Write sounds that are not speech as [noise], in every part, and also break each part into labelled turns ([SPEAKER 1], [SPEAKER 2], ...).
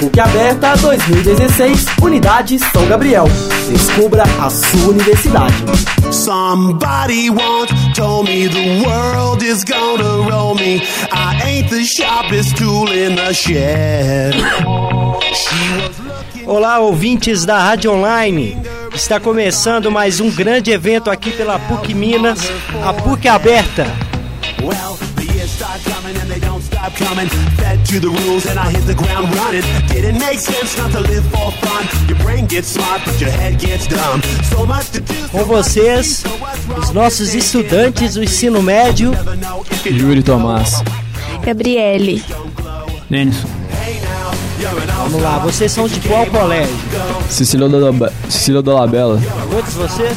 [SPEAKER 1] PUC Aberta 2016, Unidade São Gabriel. Descubra a sua universidade.
[SPEAKER 2] Somebody once told me the world is gonna roll me. I ain't the sharpest tool in the shed.
[SPEAKER 3] Olá, ouvintes da Rádio Online. Está começando mais um grande evento aqui pela PUC Minas, a PUC Aberta.
[SPEAKER 2] Well, the years start coming and they don't stop coming. Fed to the rules and I hit the ground running. Didn't make sense not to live for fun. Your brain gets smart, but your head gets dumb. So much to do.
[SPEAKER 3] Com vocês, os nossos estudantes do ensino médio.
[SPEAKER 4] Yuri Tomás.
[SPEAKER 5] Gabriele.
[SPEAKER 6] Denison.
[SPEAKER 3] Vamos lá, vocês são de qual colégio?
[SPEAKER 4] Cecília Dolab- Cecília Dolabella.
[SPEAKER 3] Todos vocês?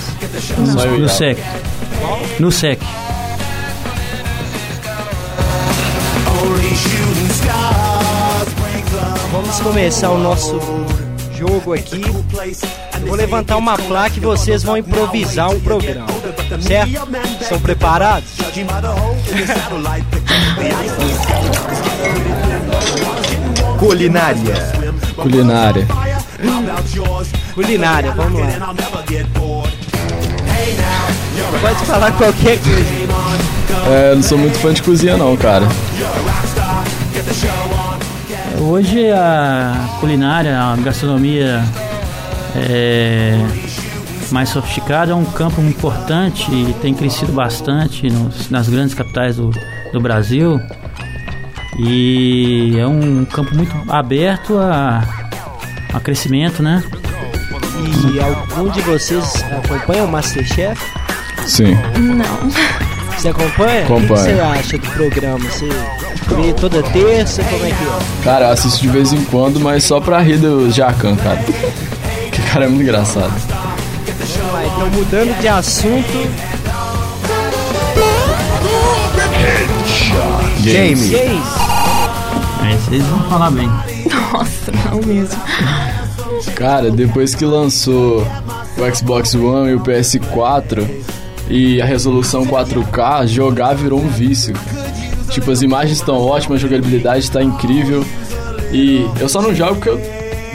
[SPEAKER 4] Só eu
[SPEAKER 6] No
[SPEAKER 4] e ela.
[SPEAKER 6] SEC. No SEC.
[SPEAKER 2] Only shooting stars break the
[SPEAKER 3] Vamos começar o nosso jogo aqui.
[SPEAKER 2] place.
[SPEAKER 3] Eu Vou levantar uma placa e vocês vão improvisar um programa, certo? Estão preparados?
[SPEAKER 2] Judging by the hole in the satellite picture, the ice is
[SPEAKER 7] Culinária.
[SPEAKER 4] Culinária.
[SPEAKER 2] fire. How about yours?
[SPEAKER 3] Culinária, vamos
[SPEAKER 2] And
[SPEAKER 3] lá.
[SPEAKER 2] I'll never get bored.
[SPEAKER 3] Pode falar qualquer coisa.
[SPEAKER 4] É, eu não sou muito fã de cozinha não, cara.
[SPEAKER 6] Hoje a culinária, a gastronomia é, mais sofisticada é um campo importante e tem crescido bastante nos- nas grandes capitais do, do Brasil. E é um campo muito aberto a, a crescimento, né?
[SPEAKER 3] E algum de vocês acompanha o Masterchef?
[SPEAKER 4] Sim.
[SPEAKER 5] Não.
[SPEAKER 3] Você acompanha? O que que
[SPEAKER 4] Acompanho.
[SPEAKER 3] você acha do programa? Você vê toda terça? Como é que
[SPEAKER 4] Cara, eu assisto de vez em quando, mas só pra rir do Jacan, cara. [laughs] Que cara é muito engraçado.
[SPEAKER 3] é? Vai, então mudando de assunto,
[SPEAKER 7] Jamie.
[SPEAKER 3] James.
[SPEAKER 6] Aí vocês vão falar bem.
[SPEAKER 5] Nossa, não mesmo.
[SPEAKER 4] Cara, depois que lançou o Xbox One e o PS4 e a resolução 4K, jogar virou um vício. Tipo, as imagens estão ótimas, a jogabilidade tá incrível. E eu só não jogo porque eu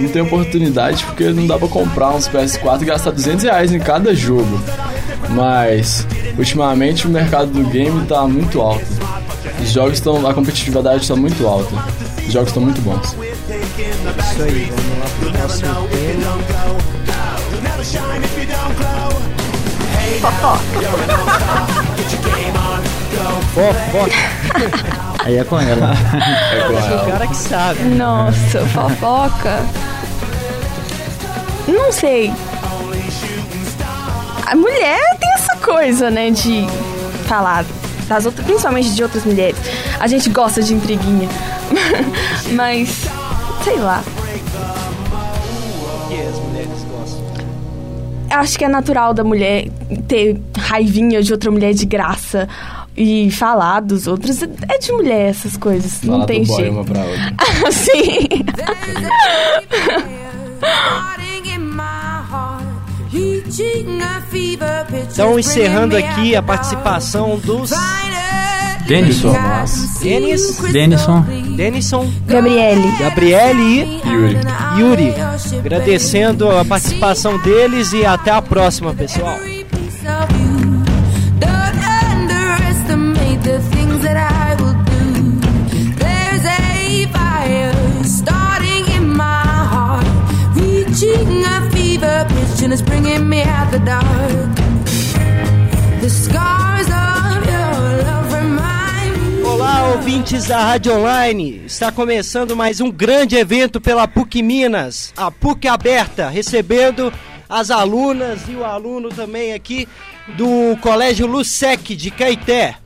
[SPEAKER 4] não tenho oportunidade, porque não dá pra comprar uns PS4 e gastar 200 reais em cada jogo. Mas, ultimamente o mercado do game tá muito alto. Os jogos estão. A competitividade tá muito alta. Os jogos estão muito bons.
[SPEAKER 3] Isso aí, vamos lá pro nosso
[SPEAKER 2] nou
[SPEAKER 3] tema.
[SPEAKER 2] nou.
[SPEAKER 3] Fofoca.
[SPEAKER 6] Aí é com [laughs] ela.
[SPEAKER 4] É com
[SPEAKER 3] O
[SPEAKER 4] ela.
[SPEAKER 3] cara que sabe.
[SPEAKER 5] Nossa, fofoca. Não sei. A mulher tem essa coisa, né, de falar das outras, principalmente de outras mulheres. A gente gosta de intriguinha. [laughs] Mas sei lá.
[SPEAKER 3] que as mulheres gostam.
[SPEAKER 5] acho que é natural da mulher ter raivinha de outra mulher de graça e falar dos outros. É de mulher essas coisas, não
[SPEAKER 4] Fala
[SPEAKER 5] tem
[SPEAKER 4] do boy é
[SPEAKER 5] jeito.
[SPEAKER 4] uma pra outra.
[SPEAKER 5] Sim.
[SPEAKER 3] Então, encerrando aqui a participação dos
[SPEAKER 6] Denison.
[SPEAKER 3] Denis,
[SPEAKER 6] Denison.
[SPEAKER 3] Denison,
[SPEAKER 5] Gabriele.
[SPEAKER 3] Gabriele
[SPEAKER 4] Yuri.
[SPEAKER 3] e Yuri. Agradecendo a participação deles e até a próxima, pessoal.
[SPEAKER 8] It's bringing me out the dark. The scars of your love remind me.
[SPEAKER 3] Olá, ouvintes da Rádio Online. Está começando mais um grande evento pela PUC Minas, a PUC Aberta, recebendo as alunas e o aluno também aqui do Colégio Lusec de Caeté.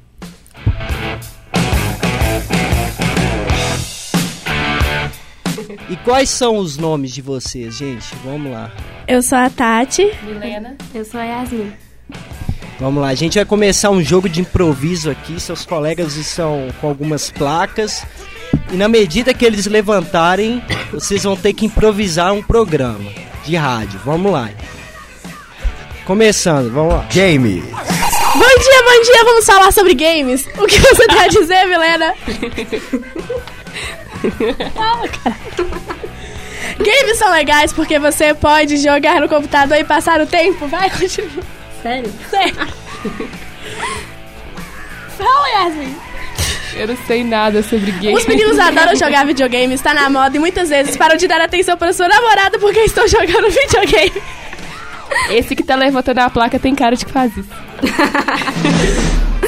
[SPEAKER 3] E quais são os nomes de vocês, gente? Vamos lá.
[SPEAKER 9] Eu sou a Tati.
[SPEAKER 3] Vamos lá, a gente vai começar um jogo de improviso aqui. Seus colegas estão com algumas placas. E na medida que eles levantarem, vocês vão ter que improvisar um programa de rádio. Vamos lá. Começando, vamos lá.
[SPEAKER 7] Jamie.
[SPEAKER 9] Bom dia, bom dia, vamos falar sobre games. O que você tem a dizer, Milena? Ah, cara.
[SPEAKER 5] Games são legais porque você pode jogar no computador e passar o tempo. Vai, continua.
[SPEAKER 10] Sério?
[SPEAKER 5] Fala, Yasmin.
[SPEAKER 10] Eu não sei nada sobre games.
[SPEAKER 5] Os meninos adoram
[SPEAKER 10] [laughs]
[SPEAKER 5] jogar videogame, está na moda e muitas vezes param de dar atenção para sua namorada porque estão jogando [laughs] videogame.
[SPEAKER 10] Esse que tá levantando a placa tem cara de que faz isso.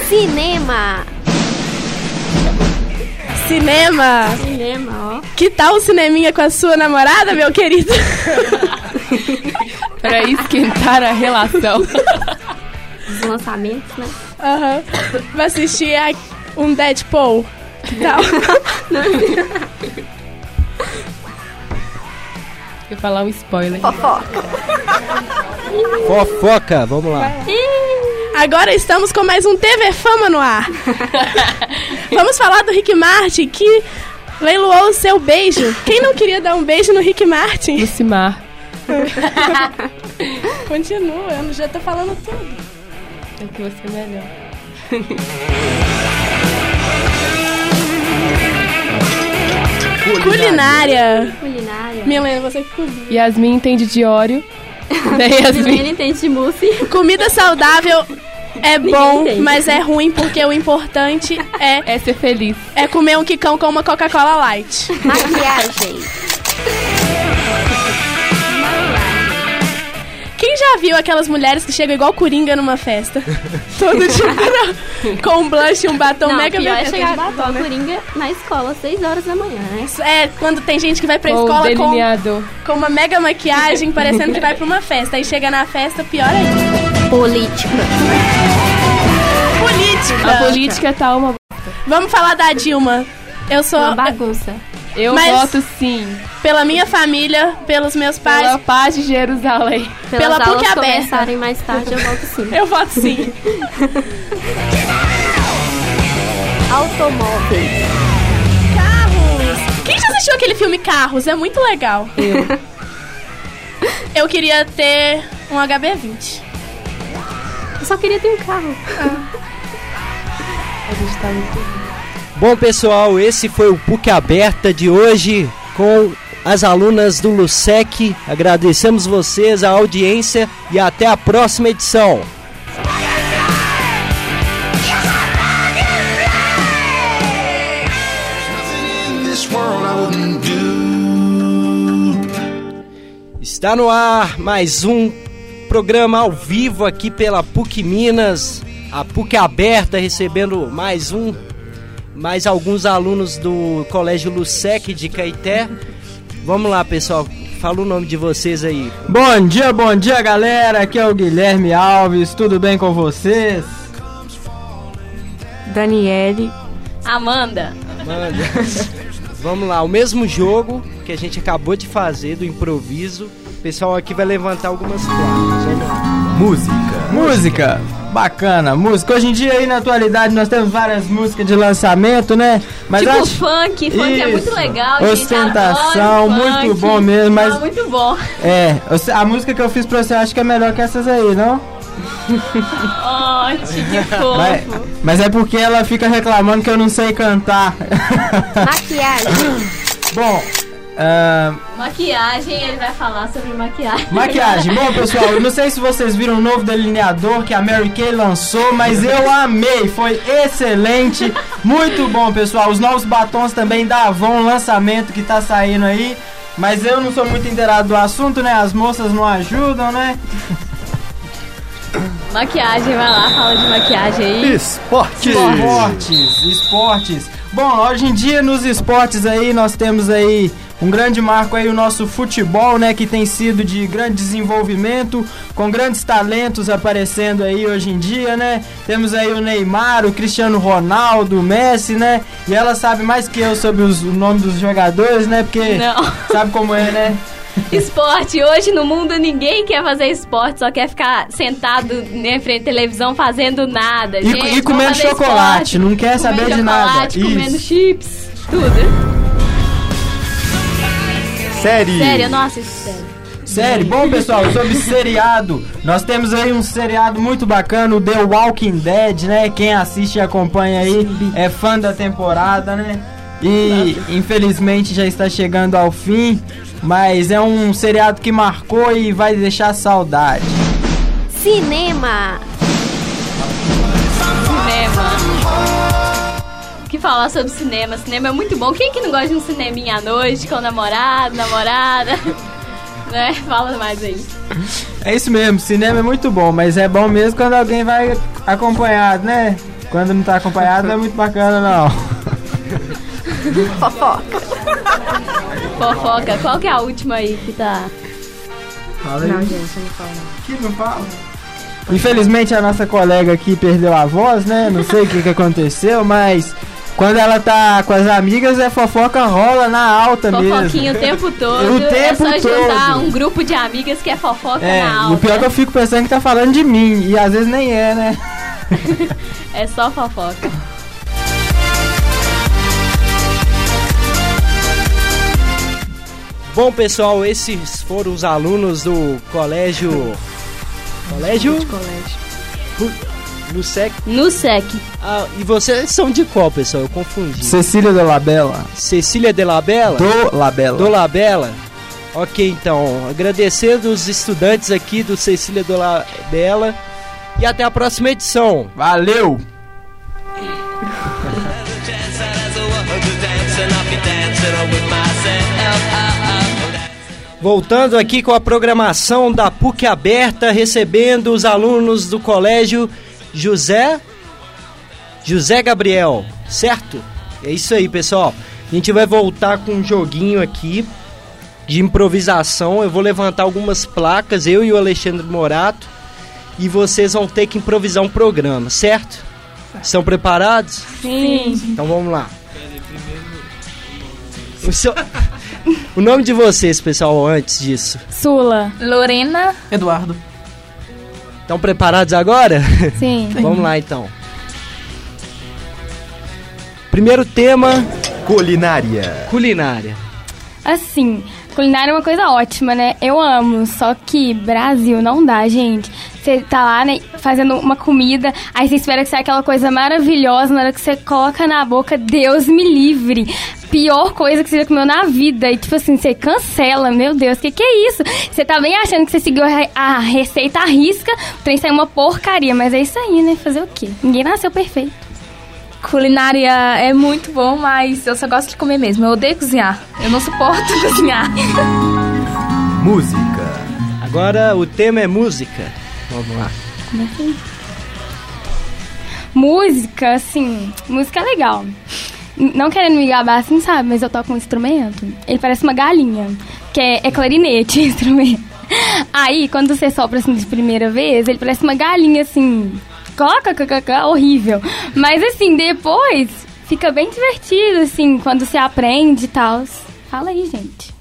[SPEAKER 11] Cinema!
[SPEAKER 5] Cinema.
[SPEAKER 11] Cinema, ó.
[SPEAKER 5] Que tal um cineminha com a sua namorada, meu querido?
[SPEAKER 10] [laughs] Pra esquentar a relação.
[SPEAKER 11] [laughs] Os lançamentos, né?
[SPEAKER 5] Aham. Vai assistir a um Deadpool. Que
[SPEAKER 11] [laughs]
[SPEAKER 5] tal?
[SPEAKER 10] Eu falar um spoiler.
[SPEAKER 3] Fofoca, vamos lá.
[SPEAKER 5] Agora estamos com mais um TV Fama no ar. Vamos falar do Rick Martin que leiloou o seu beijo. Quem não queria dar um beijo no Rick Martin?
[SPEAKER 10] Lucimar.
[SPEAKER 5] [laughs] Continua, eu já tô falando tudo.
[SPEAKER 10] É que você é melhor.
[SPEAKER 5] Culinária.
[SPEAKER 11] Culinária.
[SPEAKER 5] Milena, você que cozinha.
[SPEAKER 10] Yasmin entende de
[SPEAKER 11] [laughs]
[SPEAKER 10] óleo. Né,
[SPEAKER 11] Menina
[SPEAKER 10] Yasmin?
[SPEAKER 11] entende de mousse.
[SPEAKER 5] Comida saudável é bom,
[SPEAKER 11] entende.
[SPEAKER 5] mas é ruim porque o importante é
[SPEAKER 10] É ser feliz.
[SPEAKER 5] É comer um quicão com uma Coca-Cola Light.
[SPEAKER 11] Maquiagem.
[SPEAKER 5] Quem já viu aquelas mulheres que chegam igual coringa numa
[SPEAKER 10] [laughs]
[SPEAKER 5] festa? Todo dia com um blush e um batom
[SPEAKER 11] não,
[SPEAKER 5] mega
[SPEAKER 11] pior é
[SPEAKER 5] violento de
[SPEAKER 11] chegar de
[SPEAKER 5] batom,
[SPEAKER 11] batom
[SPEAKER 5] né?
[SPEAKER 11] coringa na escola às 6 horas da manhã, né?
[SPEAKER 5] É, quando tem gente que vai pra
[SPEAKER 10] Ou
[SPEAKER 5] escola com,
[SPEAKER 10] delineador.
[SPEAKER 5] com uma mega maquiagem, parecendo que vai pra uma festa. Aí chega na festa, pior ainda.
[SPEAKER 11] Política.
[SPEAKER 10] A
[SPEAKER 5] Política.
[SPEAKER 10] política tá uma.
[SPEAKER 5] Vamos falar da Dilma. Eu sou
[SPEAKER 11] Uma bagunça.
[SPEAKER 10] Eu
[SPEAKER 5] Mas-
[SPEAKER 10] voto sim.
[SPEAKER 5] pela minha família, pelos meus pais.
[SPEAKER 10] Pela paz de Jerusalém.
[SPEAKER 11] Pelas
[SPEAKER 5] Pela PUC
[SPEAKER 11] aulas
[SPEAKER 5] aberta.
[SPEAKER 11] começarem mais tarde, eu volto sim.
[SPEAKER 5] Eu voto sim.
[SPEAKER 11] [laughs] Automóveis.
[SPEAKER 5] Carros! Quem já assistiu aquele filme Carros? É muito legal. Eu. [laughs] Eu queria ter um HB20.
[SPEAKER 11] Eu só queria ter um carro.
[SPEAKER 5] Ah.
[SPEAKER 11] [laughs] tá
[SPEAKER 3] Bom, pessoal, esse foi o PUC Aberta de hoje com as alunas do LUSEC. Agradecemos vocês, a audiência e até a próxima edição. Está no ar mais um programa ao vivo aqui pela PUC Minas, a PUC aberta recebendo mais um, mais alguns alunos do Colégio Lucec de Caeté. Vamos lá, pessoal, fala o nome de vocês aí.
[SPEAKER 12] Bom dia, bom dia galera, aqui é o Guilherme Alves, tudo bem com vocês?
[SPEAKER 10] Daniele.
[SPEAKER 11] Amanda.
[SPEAKER 3] Manda. [laughs] Vamos lá, o mesmo jogo que a gente acabou de fazer do improviso. O pessoal aqui vai levantar algumas placas. Vamos lá.
[SPEAKER 1] Música.
[SPEAKER 12] Música, bacana, música. Hoje em dia aí na atualidade nós temos várias músicas de lançamento, né? Mas
[SPEAKER 11] tipo
[SPEAKER 12] acho-
[SPEAKER 11] funk, funk é muito
[SPEAKER 12] Isso.
[SPEAKER 11] legal,
[SPEAKER 12] Ostentação,
[SPEAKER 11] gente. adoro funk.
[SPEAKER 12] muito bom mesmo, mas-
[SPEAKER 11] Não, muito bom.
[SPEAKER 12] É, você- a música que eu fiz pra você eu acho que é melhor que essas aí, não?
[SPEAKER 11] Ótimo, que fofo.
[SPEAKER 12] Mas, mas é porque ela fica reclamando que eu não sei cantar.
[SPEAKER 11] Maquiagem.
[SPEAKER 12] bom, ah, ahn,
[SPEAKER 11] Maquiagem, ele vai falar sobre maquiagem.
[SPEAKER 12] Maquiagem. Bom, pessoal, eu não sei se vocês viram o novo delineador que a Mary Kay lançou, mas eu amei. Foi excelente. Muito bom, pessoal. Os novos batons também da Avon, lançamento que tá saindo aí. Mas eu não sou muito inteirado do assunto, né? As moças não ajudam, né?
[SPEAKER 11] [laughs] Maquiagem, vai lá, fala de maquiagem aí.
[SPEAKER 1] Esportes.
[SPEAKER 12] Esportes, esportes. Bom, hoje em dia nos esportes aí nós temos aí um grande marco aí o nosso futebol, né, que tem sido de grande desenvolvimento, com grandes talentos aparecendo aí hoje em dia, né? Temos aí o Neymar, o Cristiano Ronaldo, o Messi, né? E ela sabe mais que eu sobre os, o nome dos jogadores, né? Porque
[SPEAKER 11] Não.
[SPEAKER 12] [laughs] sabe como é,
[SPEAKER 11] [laughs]
[SPEAKER 12] né?
[SPEAKER 11] Esporte. Hoje no mundo ninguém quer fazer esporte, só quer ficar sentado em frente à televisão fazendo nada.
[SPEAKER 12] E,
[SPEAKER 11] Gente,
[SPEAKER 12] e comendo
[SPEAKER 11] vamos fazer
[SPEAKER 12] chocolate,
[SPEAKER 11] esporte.
[SPEAKER 12] não quer saber
[SPEAKER 11] comendo
[SPEAKER 12] de nada.
[SPEAKER 11] chocolate, comendo chips, tudo.
[SPEAKER 1] Série.
[SPEAKER 11] Sério, eu não assisto sério.
[SPEAKER 12] Série, bom pessoal, sobre seriado, nós temos aí um seriado muito bacana, o The Walking Dead, né? Quem assiste e acompanha aí é fã da temporada, né? E infelizmente já está chegando ao fim, mas é um seriado que marcou e vai deixar saudade.
[SPEAKER 11] Cinema! Cinema. O que falar sobre cinema? Cinema é muito bom. Quem que não gosta de um cineminha à noite com o namorado, namorada? [laughs] né? Fala mais aí.
[SPEAKER 12] É isso mesmo, cinema é muito bom, mas é bom mesmo quando alguém vai acompanhado, né? Quando não tá acompanhado não é muito bacana não.
[SPEAKER 11] Fofoca. Fofoca. Qual que é a última aí que tá...
[SPEAKER 12] Não,
[SPEAKER 13] gente, não fala não.
[SPEAKER 12] Que não fala? Infelizmente a nossa colega aqui perdeu a voz, né? Não sei o que, que aconteceu, mas quando ela tá com as amigas, é fofoca rola na alta
[SPEAKER 11] Fofoquinha
[SPEAKER 12] Tá mesmo. [laughs]
[SPEAKER 11] o tempo todo.
[SPEAKER 12] O tempo
[SPEAKER 11] é só juntar
[SPEAKER 12] todo.
[SPEAKER 11] um grupo de amigas que é fofoca
[SPEAKER 12] É,
[SPEAKER 11] na né?
[SPEAKER 12] e o
[SPEAKER 11] aula.
[SPEAKER 12] pior que eu fico pensando que tá falando de mim, e às vezes nem é, né?
[SPEAKER 11] É só fofoca.
[SPEAKER 3] Bom, pessoal, esses foram os alunos do colégio. Colégio? No SEC.
[SPEAKER 11] No SEC.
[SPEAKER 3] Ah, e vocês são de qual, pessoal? Eu confundi.
[SPEAKER 12] Cecília da Labela.
[SPEAKER 3] Cecília de Labella?
[SPEAKER 12] Do Labella.
[SPEAKER 3] Do Labella. Ok, então. Agradecendo os estudantes aqui do Cecília do Labella. E até a próxima edição.
[SPEAKER 12] Valeu!
[SPEAKER 3] Voltando aqui com a programação da PUC aberta, recebendo os alunos do colégio José José Gabriel, certo? É isso aí, pessoal. A gente vai voltar com um joguinho aqui de improvisação. Eu vou levantar algumas placas, eu e o Alexandre Morato, e vocês vão ter que improvisar um programa, certo? Estão preparados?
[SPEAKER 11] Sim.
[SPEAKER 3] Então vamos lá. O, seu- o nome de vocês, pessoal, antes disso.
[SPEAKER 14] Sula.
[SPEAKER 11] Lorena.
[SPEAKER 13] Eduardo.
[SPEAKER 3] Estão preparados agora?
[SPEAKER 14] Sim.
[SPEAKER 3] [laughs] Vamos lá então. Primeiro tema:
[SPEAKER 15] Culinária.
[SPEAKER 3] culinária.
[SPEAKER 16] Assim, culinária é uma coisa ótima, né? Eu amo, só que Brasil não dá, gente. Você tá lá, né, fazendo uma comida, aí você espera que saia aquela coisa maravilhosa, na hora que você coloca na boca, Deus me livre. Pior coisa que você já comeu na vida. E tipo assim, você cancela, meu Deus, que que é isso? Você tá bem achando que você seguiu a re- a receita à risca, o trem saiu uma porcaria, mas é isso aí, né? Fazer o quê? Ninguém nasceu perfeito.
[SPEAKER 13] Culinária é muito bom, mas eu só gosto de comer mesmo. Eu odeio cozinhar. Eu não suporto [laughs] cozinhar.
[SPEAKER 3] Música. Agora o tema é música. Vamos lá.
[SPEAKER 16] Como é que- Música, assim, música é legal. N- Não querendo me gabar assim, sabe? Mas eu toco um instrumento. Ele parece uma galinha, que é, é clarinete, [laughs] instrumento. Aí, quando você sopra assim de primeira vez, ele parece uma galinha assim. Coca, kkk, horrível. Mas assim, depois fica bem divertido, assim, quando você aprende e tal. Fala aí, gente.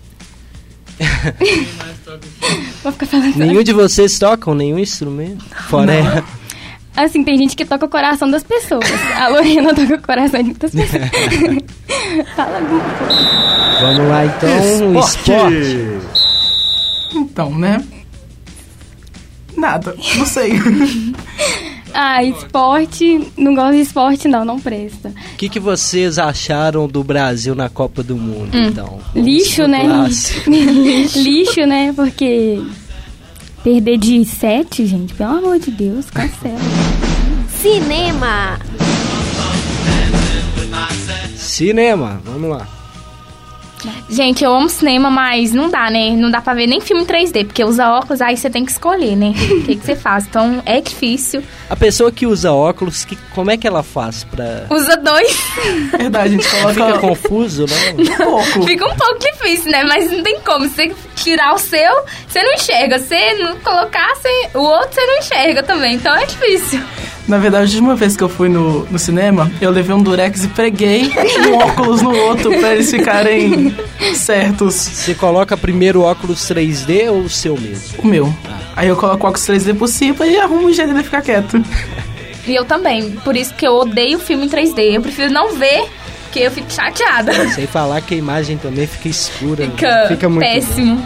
[SPEAKER 16] Vou ficar falando.
[SPEAKER 3] Nenhum de vocês tocam nenhum instrumento? Fora é. ela.
[SPEAKER 16] Assim, tem gente que toca o coração das pessoas. A Lorena toca o coração de
[SPEAKER 13] [laughs]
[SPEAKER 16] muitas pessoas. Fala alguma coisa.
[SPEAKER 3] Vamos lá então. Esporte.
[SPEAKER 13] Então, né? Nada. Não sei.
[SPEAKER 16] [laughs] Ah, esporte. Não gosto de esporte, não, não presta.
[SPEAKER 3] O que, que vocês acharam do Brasil na Copa do Mundo,
[SPEAKER 16] Hum.
[SPEAKER 3] então?
[SPEAKER 16] Lixo, né? [laughs]
[SPEAKER 3] Clássico.
[SPEAKER 16] Lixo, né? Porque perder de sete, gente, pelo amor de Deus, cancela. Cinema!
[SPEAKER 3] Cinema, vamos lá.
[SPEAKER 13] Gente, eu amo cinema, mas não dá, né? Não dá pra ver nem filme 3D, porque usa óculos, aí você tem que escolher, né? O que, que você faz? Então, é difícil.
[SPEAKER 3] A pessoa que usa óculos, que, como é que ela faz pra.
[SPEAKER 13] Usa dois.
[SPEAKER 3] Verdade, a gente
[SPEAKER 13] coloca-
[SPEAKER 3] [laughs] Fica confuso, né?
[SPEAKER 13] [laughs] Fica um pouco difícil, né? Mas não tem como. Você tirar o seu, você não enxerga. Você não colocar você- o outro, você não enxerga também. Então é difícil.
[SPEAKER 1] Na verdade, de uma vez que eu fui no, no cinema, eu levei um durex e preguei [laughs] um óculos no outro pra eles ficarem certos.
[SPEAKER 3] Você coloca primeiro o óculos 3D ou o seu mesmo?
[SPEAKER 1] O meu. Aí eu coloco o óculos 3D por cima e arrumo um jeito de ficar quieto.
[SPEAKER 13] E eu também. Por isso que eu odeio filme em 3D. Eu prefiro não ver, porque eu fico chateada.
[SPEAKER 3] Sem falar que a imagem também fica escura. né?
[SPEAKER 13] Fica,
[SPEAKER 3] muito
[SPEAKER 13] péssimo.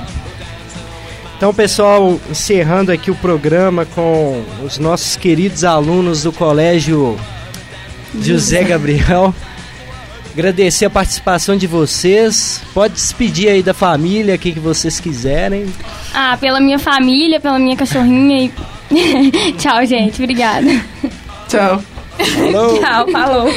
[SPEAKER 3] Então, pessoal, encerrando aqui o programa com os nossos queridos alunos do colégio José Gabriel. Agradecer a participação de vocês. Pode despedir aí da família, quem que vocês quiserem.
[SPEAKER 17] Ah, pela minha família, pela minha cachorrinha
[SPEAKER 16] [laughs]
[SPEAKER 17] e. Tchau, gente. Obrigada.
[SPEAKER 18] Tchau.
[SPEAKER 16] [laughs]
[SPEAKER 3] Falou.
[SPEAKER 17] Tchau, falou.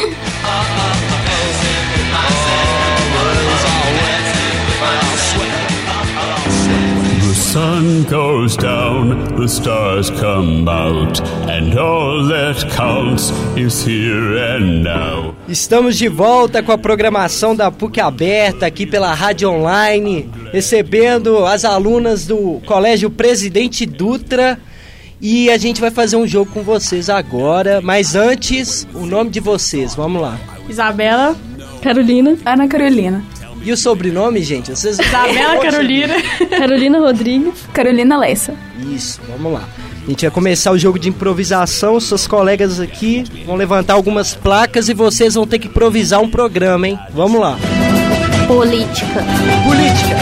[SPEAKER 19] The sun goes down, the stars come out, and all that counts is here and now.
[SPEAKER 3] Estamos de volta com a programação da PUC aberta aqui pela Rádio Online, recebendo as alunas do Colégio Presidente Dutra. E a gente vai fazer um jogo com vocês agora, mas antes, o nome de vocês, vamos lá.
[SPEAKER 20] Isabela, Carolina, Ana Carolina.
[SPEAKER 3] E o sobrenome, gente? Vocês
[SPEAKER 20] Isabela Carolina.
[SPEAKER 5] Carolina Rodrigues.
[SPEAKER 14] Carolina Lessa.
[SPEAKER 3] Isso, vamos lá. A gente vai começar o jogo de improvisação. Seus colegas aqui vão levantar algumas placas e vocês vão ter que improvisar um programa, hein? Vamos lá.
[SPEAKER 14] Política.
[SPEAKER 3] Política.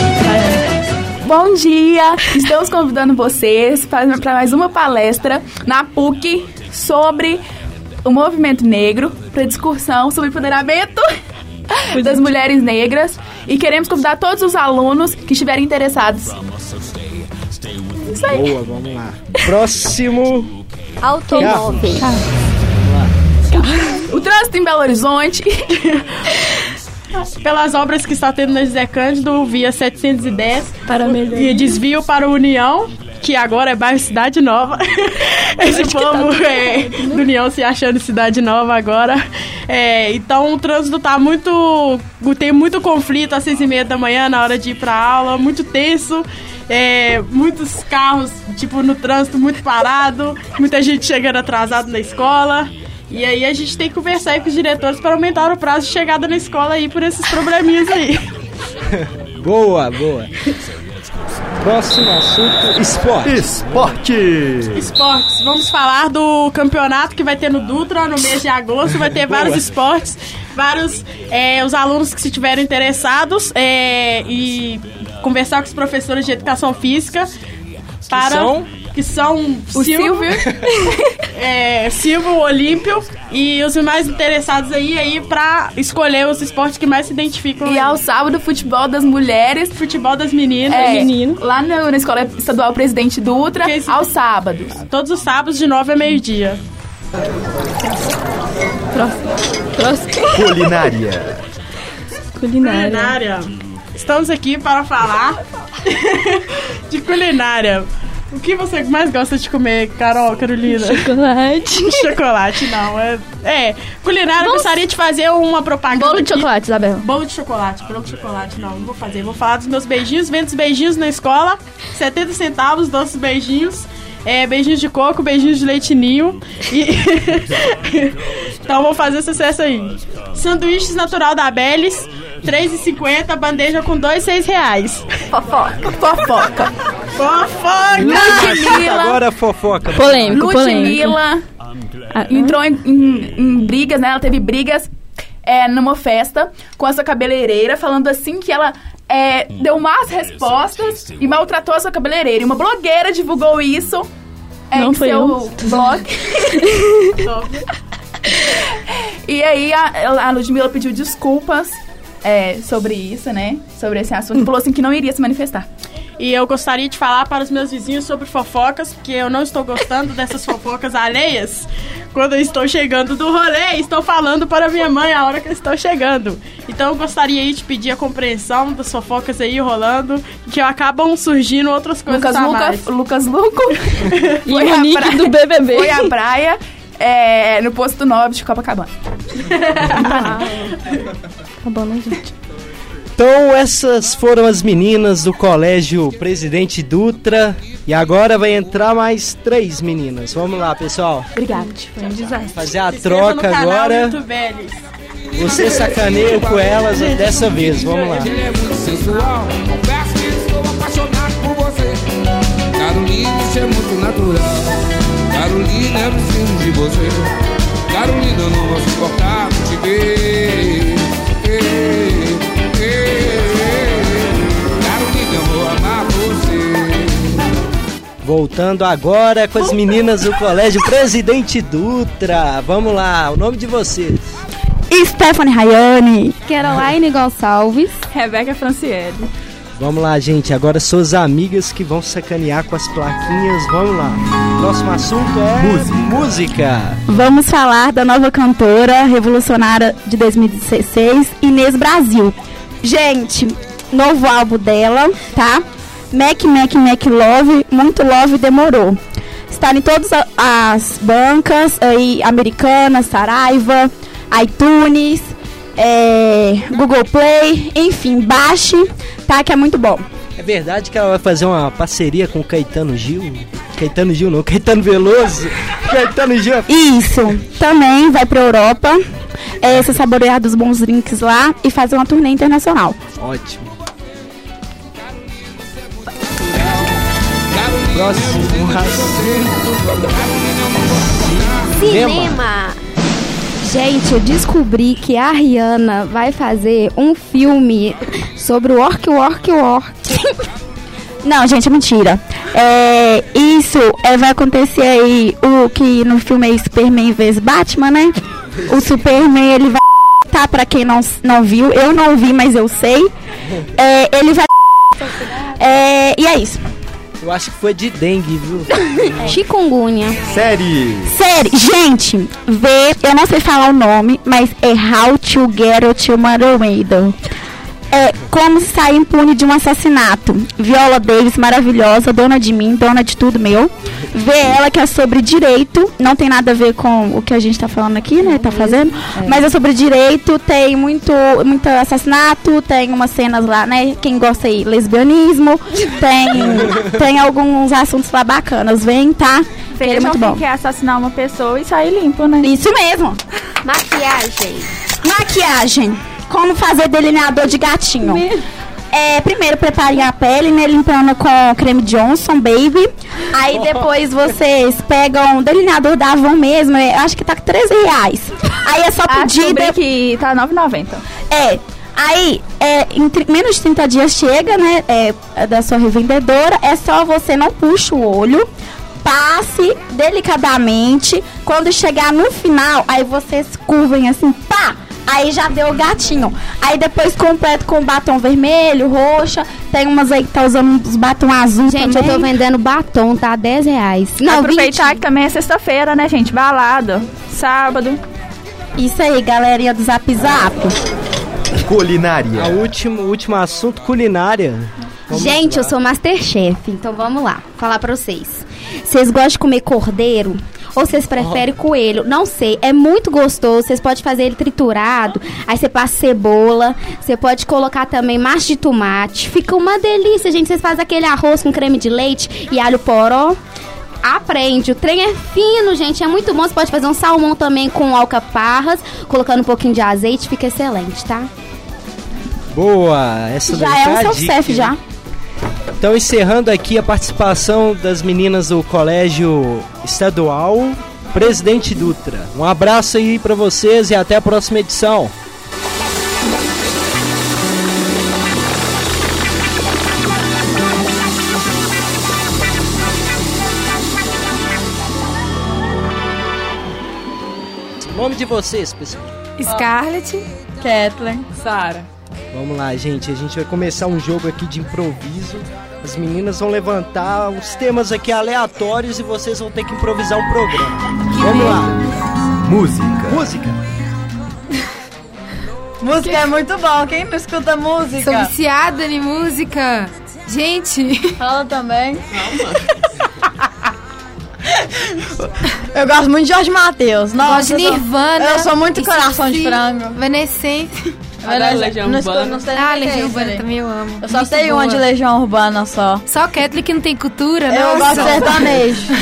[SPEAKER 14] Bom dia! Estamos convidando vocês para mais uma palestra na PUC sobre o movimento negro, para discussão sobre empoderamento das mulheres negras. E queremos convidar todos os alunos que estiverem interessados. Isso aí.
[SPEAKER 3] Boa, vamos lá. Próximo.
[SPEAKER 14] Automóvel. O trânsito em Belo Horizonte.
[SPEAKER 20] Pelas obras que está tendo na José Cândido, via 710 para e desvio para a União, que agora é bairro
[SPEAKER 14] [laughs]
[SPEAKER 20] Cidade Nova. Esse povo
[SPEAKER 14] tá?
[SPEAKER 20] é, do União se achando Cidade Nova agora. É, então o trânsito tá muito. tem muito conflito às seis e meia da manhã na hora de ir pra aula, muito tenso. É, muitos carros, tipo, no trânsito muito parado, muita gente chegando atrasado na escola. E aí a gente tem que conversar aí com os diretores para aumentar o prazo de chegada na escola aí por esses probleminhas aí.
[SPEAKER 3] Boa, boa. Próximo assunto: esporte.
[SPEAKER 20] Esporte. Esportes. Vamos falar do campeonato que vai ter no Dutra no mês de agosto. Vai ter vários
[SPEAKER 3] Boa.
[SPEAKER 20] esportes, vários é, os alunos que se tiverem interessados é, e conversar com os professores de educação física para
[SPEAKER 3] são?
[SPEAKER 20] que são o Silvio, [laughs] é, Silvio Olímpio e os mais interessados aí aí para escolher os esportes que mais se identificam. né?
[SPEAKER 14] E ao sábado, futebol das mulheres.
[SPEAKER 20] Futebol das meninas.
[SPEAKER 14] É,
[SPEAKER 20] Menino.
[SPEAKER 14] Lá no- na Escola Estadual Presidente Dutra, aos sábados.
[SPEAKER 20] Todos os sábados, de nove a meio-dia.
[SPEAKER 2] Culinária.
[SPEAKER 20] Culinária. Estamos aqui para falar [laughs] de culinária. O que você mais gosta de comer, Carol, Carolina?
[SPEAKER 5] Chocolate.
[SPEAKER 20] [laughs] chocolate, não. É, é culinária, eu gostaria de fazer uma propaganda.
[SPEAKER 5] Bolo de chocolate, Isabela.
[SPEAKER 20] Bolo de chocolate, bolo de chocolate, não, não vou fazer. Vou falar dos meus beijinhos, vendo os beijinhos na escola, 70 centavos, doces beijinhos. É, beijinhos de coco, beijinhos de leitinho. E... [laughs] então vou fazer sucesso aí. Sanduíches natural da Belis, R$3,50, bandeja com dois, seis reais. Fofoca. Fofoca. Fofoca.
[SPEAKER 3] Agora fofoca.
[SPEAKER 14] Ludmilla Ah, entrou em, em- em brigas, né? Ela teve brigas é, numa festa com essa cabeleireira, falando assim que ela é, deu más respostas e maltratou a sua cabeleireira. E uma blogueira divulgou isso é,
[SPEAKER 5] Não
[SPEAKER 14] em
[SPEAKER 5] foi
[SPEAKER 14] seu
[SPEAKER 5] eu.
[SPEAKER 14] blog. [laughs] E aí a, a Ludmilla pediu desculpas é, sobre isso, né? Sobre esse
[SPEAKER 5] Hum.
[SPEAKER 14] assunto. Falou assim que não iria se manifestar.
[SPEAKER 20] E eu gostaria de falar para os meus vizinhos sobre fofocas, porque eu não estou gostando dessas fofocas alheias. Quando eu estou chegando do rolê, estou falando para minha mãe a hora que eu estou chegando. Então eu gostaria aí de pedir a compreensão das fofocas aí rolando, que acabam surgindo outras coisas
[SPEAKER 14] Lucas
[SPEAKER 20] a
[SPEAKER 14] Luca-
[SPEAKER 20] mais.
[SPEAKER 14] Lucas Luco.
[SPEAKER 21] [laughs]
[SPEAKER 5] E o nick do BBB.
[SPEAKER 14] Foi à praia, é, no Posto 9 de
[SPEAKER 21] [laughs]
[SPEAKER 14] Copacabana. Tá né,
[SPEAKER 5] Acabando, gente.
[SPEAKER 3] Então essas foram as meninas do colégio Presidente Dutra e agora vai entrar mais três meninas. Vamos lá, pessoal.
[SPEAKER 14] Obrigada. Foi um desastre.
[SPEAKER 3] Fazer a
[SPEAKER 20] Se inscreva no
[SPEAKER 3] troca
[SPEAKER 14] tá
[SPEAKER 20] canal
[SPEAKER 3] agora.
[SPEAKER 20] Muito Belis.
[SPEAKER 3] Você sacaneia com elas dessa vez. Vamos lá.
[SPEAKER 22] Ele é muito sensual, confesso que estou apaixonado por você. Carolina, isso é muito natural. Carolina, eu preciso de você. Carolina, eu não vou suportar te ver. Ei, ei. Carolina, eu vou amar você.
[SPEAKER 3] Voltando agora com as meninas do colégio Presidente Dutra. Vamos lá, o nome de vocês.
[SPEAKER 23] Stephanie Rayane.
[SPEAKER 10] Caroline Gonçalves. Rebeca Franciele.
[SPEAKER 3] Vamos lá, gente. Agora suas amigas que vão sacanear com as plaquinhas. Vamos lá. Próximo assunto é música.
[SPEAKER 23] Vamos falar da nova cantora revolucionária de 2016, Inês Brasil. Gente, novo álbum dela, tá? Mac, Mac, Mac Love, muito love demorou. Está em todas a- as bancas aí, Americanas, Saraiva, iTunes, é, Google Play, enfim, baixe, tá? Que é muito bom.
[SPEAKER 3] É verdade que ela vai fazer uma parceria com o Caetano Gil? Caetano Gil não, [laughs] Caetano Veloso. Caetano Gil. é
[SPEAKER 23] Isso. Também vai pra Europa, é, se saborear dos bons drinks lá e fazer uma turnê internacional.
[SPEAKER 3] Ótimo. Próximo um
[SPEAKER 24] Cinema.
[SPEAKER 23] Gente, eu descobri que a Rihanna vai fazer um filme sobre o Orc, Orc, Orc. Não, gente, é mentira. É, isso é, vai acontecer aí o que no filme é Superman vs Batman, né? O Superman, ele vai [laughs] tá pra quem não, não viu. Eu não vi, mas eu sei. É, ele vai... [laughs] É, e é isso.
[SPEAKER 3] Eu acho que foi de dengue, viu?
[SPEAKER 23] Chikungunya.
[SPEAKER 3] Série.
[SPEAKER 23] Série, gente, vê, eu não sei falar o nome, mas é How to Get Out of Maromedo. É como se sair impune de um assassinato. Viola Davis, maravilhosa, dona de mim, dona de tudo meu. Vê ela que é sobre direito, não tem nada a ver com o que a gente tá falando aqui, né? Tá fazendo, mas é sobre direito, tem muito, muito assassinato, tem umas cenas lá, né? Quem gosta aí, lesbianismo, [laughs] tem, tem alguns assuntos lá bacanas. Vem, tá? Que ele é muito bom.
[SPEAKER 24] quer assassinar uma pessoa e sair limpo, né?
[SPEAKER 23] Isso mesmo.
[SPEAKER 24] Maquiagem.
[SPEAKER 23] Maquiagem. Como fazer delineador de gatinho? É, primeiro prepare a pele, né? Limpando com creme Johnson, baby. Aí depois vocês pegam um delineador da Avon mesmo. é, acho que tá com 13 reais. Aí é só pedir.
[SPEAKER 24] bem
[SPEAKER 23] que tá 9,90. É. Aí, é, em tri- menos de 30 dias chega, né? é, é da sua revendedora. É só você não puxa o olho. Passe delicadamente. Quando chegar no final, aí vocês curvem assim, pá! Aí já deu o gatinho. Aí depois completo com batom vermelho, roxa. Tem umas aí que tá usando uns batom azul
[SPEAKER 24] Gente,
[SPEAKER 23] também.
[SPEAKER 24] eu tô vendendo
[SPEAKER 23] batom, tá? 10 reais. Não,
[SPEAKER 24] Aproveitar
[SPEAKER 23] 20.
[SPEAKER 24] que também é sexta-feira, né, gente? Balada. Sábado.
[SPEAKER 23] Isso aí, galerinha do Zap Zap.
[SPEAKER 3] Culinária. A último, último assunto, culinária. Vamos
[SPEAKER 23] Gente,
[SPEAKER 3] lá.
[SPEAKER 23] eu sou Masterchef, então vamos lá, falar pra vocês. Vocês gostam de comer cordeiro? Ou vocês preferem coelho? Não sei, é muito gostoso. Vocês podem fazer ele triturado, aí você passa cebola, você pode colocar também macho de tomate. Fica uma delícia, gente. Vocês fazem aquele arroz com creme de leite e alho poró. Aprende, o trem é fino, gente, é muito bom. Você pode fazer um salmão também com alcaparras, colocando um pouquinho de azeite, fica excelente, tá?
[SPEAKER 3] Boa, essa
[SPEAKER 23] Já
[SPEAKER 3] daí
[SPEAKER 23] é
[SPEAKER 3] foi
[SPEAKER 23] um
[SPEAKER 3] a dica,
[SPEAKER 23] self-chef,
[SPEAKER 3] hein?
[SPEAKER 23] já.
[SPEAKER 3] Então, encerrando aqui a participação das meninas do Colégio Estadual Presidente Dutra. Um abraço aí pra vocês e até a próxima edição. Nome de vocês, pessoal.
[SPEAKER 24] Scarlett. Kathleen. Sara.
[SPEAKER 3] Vamos lá, gente. A gente vai começar um jogo aqui de improviso. As meninas vão levantar uns temas aqui aleatórios e vocês vão ter que improvisar um programa. Vamos lá.
[SPEAKER 2] Música.
[SPEAKER 3] Música.
[SPEAKER 25] Música é muito bom, quem não escuta música?
[SPEAKER 10] Sou viciada em música. Gente.
[SPEAKER 25] Fala também. Eu gosto muito de Jorge Matheus. Nossa,
[SPEAKER 10] Gosto de
[SPEAKER 25] eu sou-
[SPEAKER 10] Nirvana.
[SPEAKER 25] Eu sou muito coração de
[SPEAKER 10] Esqueci.
[SPEAKER 25] frango.
[SPEAKER 10] Evanescence.
[SPEAKER 25] Vanessa- não escuto- não sei nem
[SPEAKER 10] Ah,
[SPEAKER 25] quem que é
[SPEAKER 10] Legião
[SPEAKER 25] esse
[SPEAKER 10] Urbana
[SPEAKER 25] aí.
[SPEAKER 10] também eu amo.
[SPEAKER 25] Eu só
[SPEAKER 10] Muito
[SPEAKER 25] sei uma
[SPEAKER 10] boa.
[SPEAKER 25] de Legião Urbana só.
[SPEAKER 10] Só Catholic que não tem cultura,
[SPEAKER 25] Eu
[SPEAKER 10] nossa.
[SPEAKER 25] gosto de
[SPEAKER 10] [laughs]
[SPEAKER 25] sertanejo.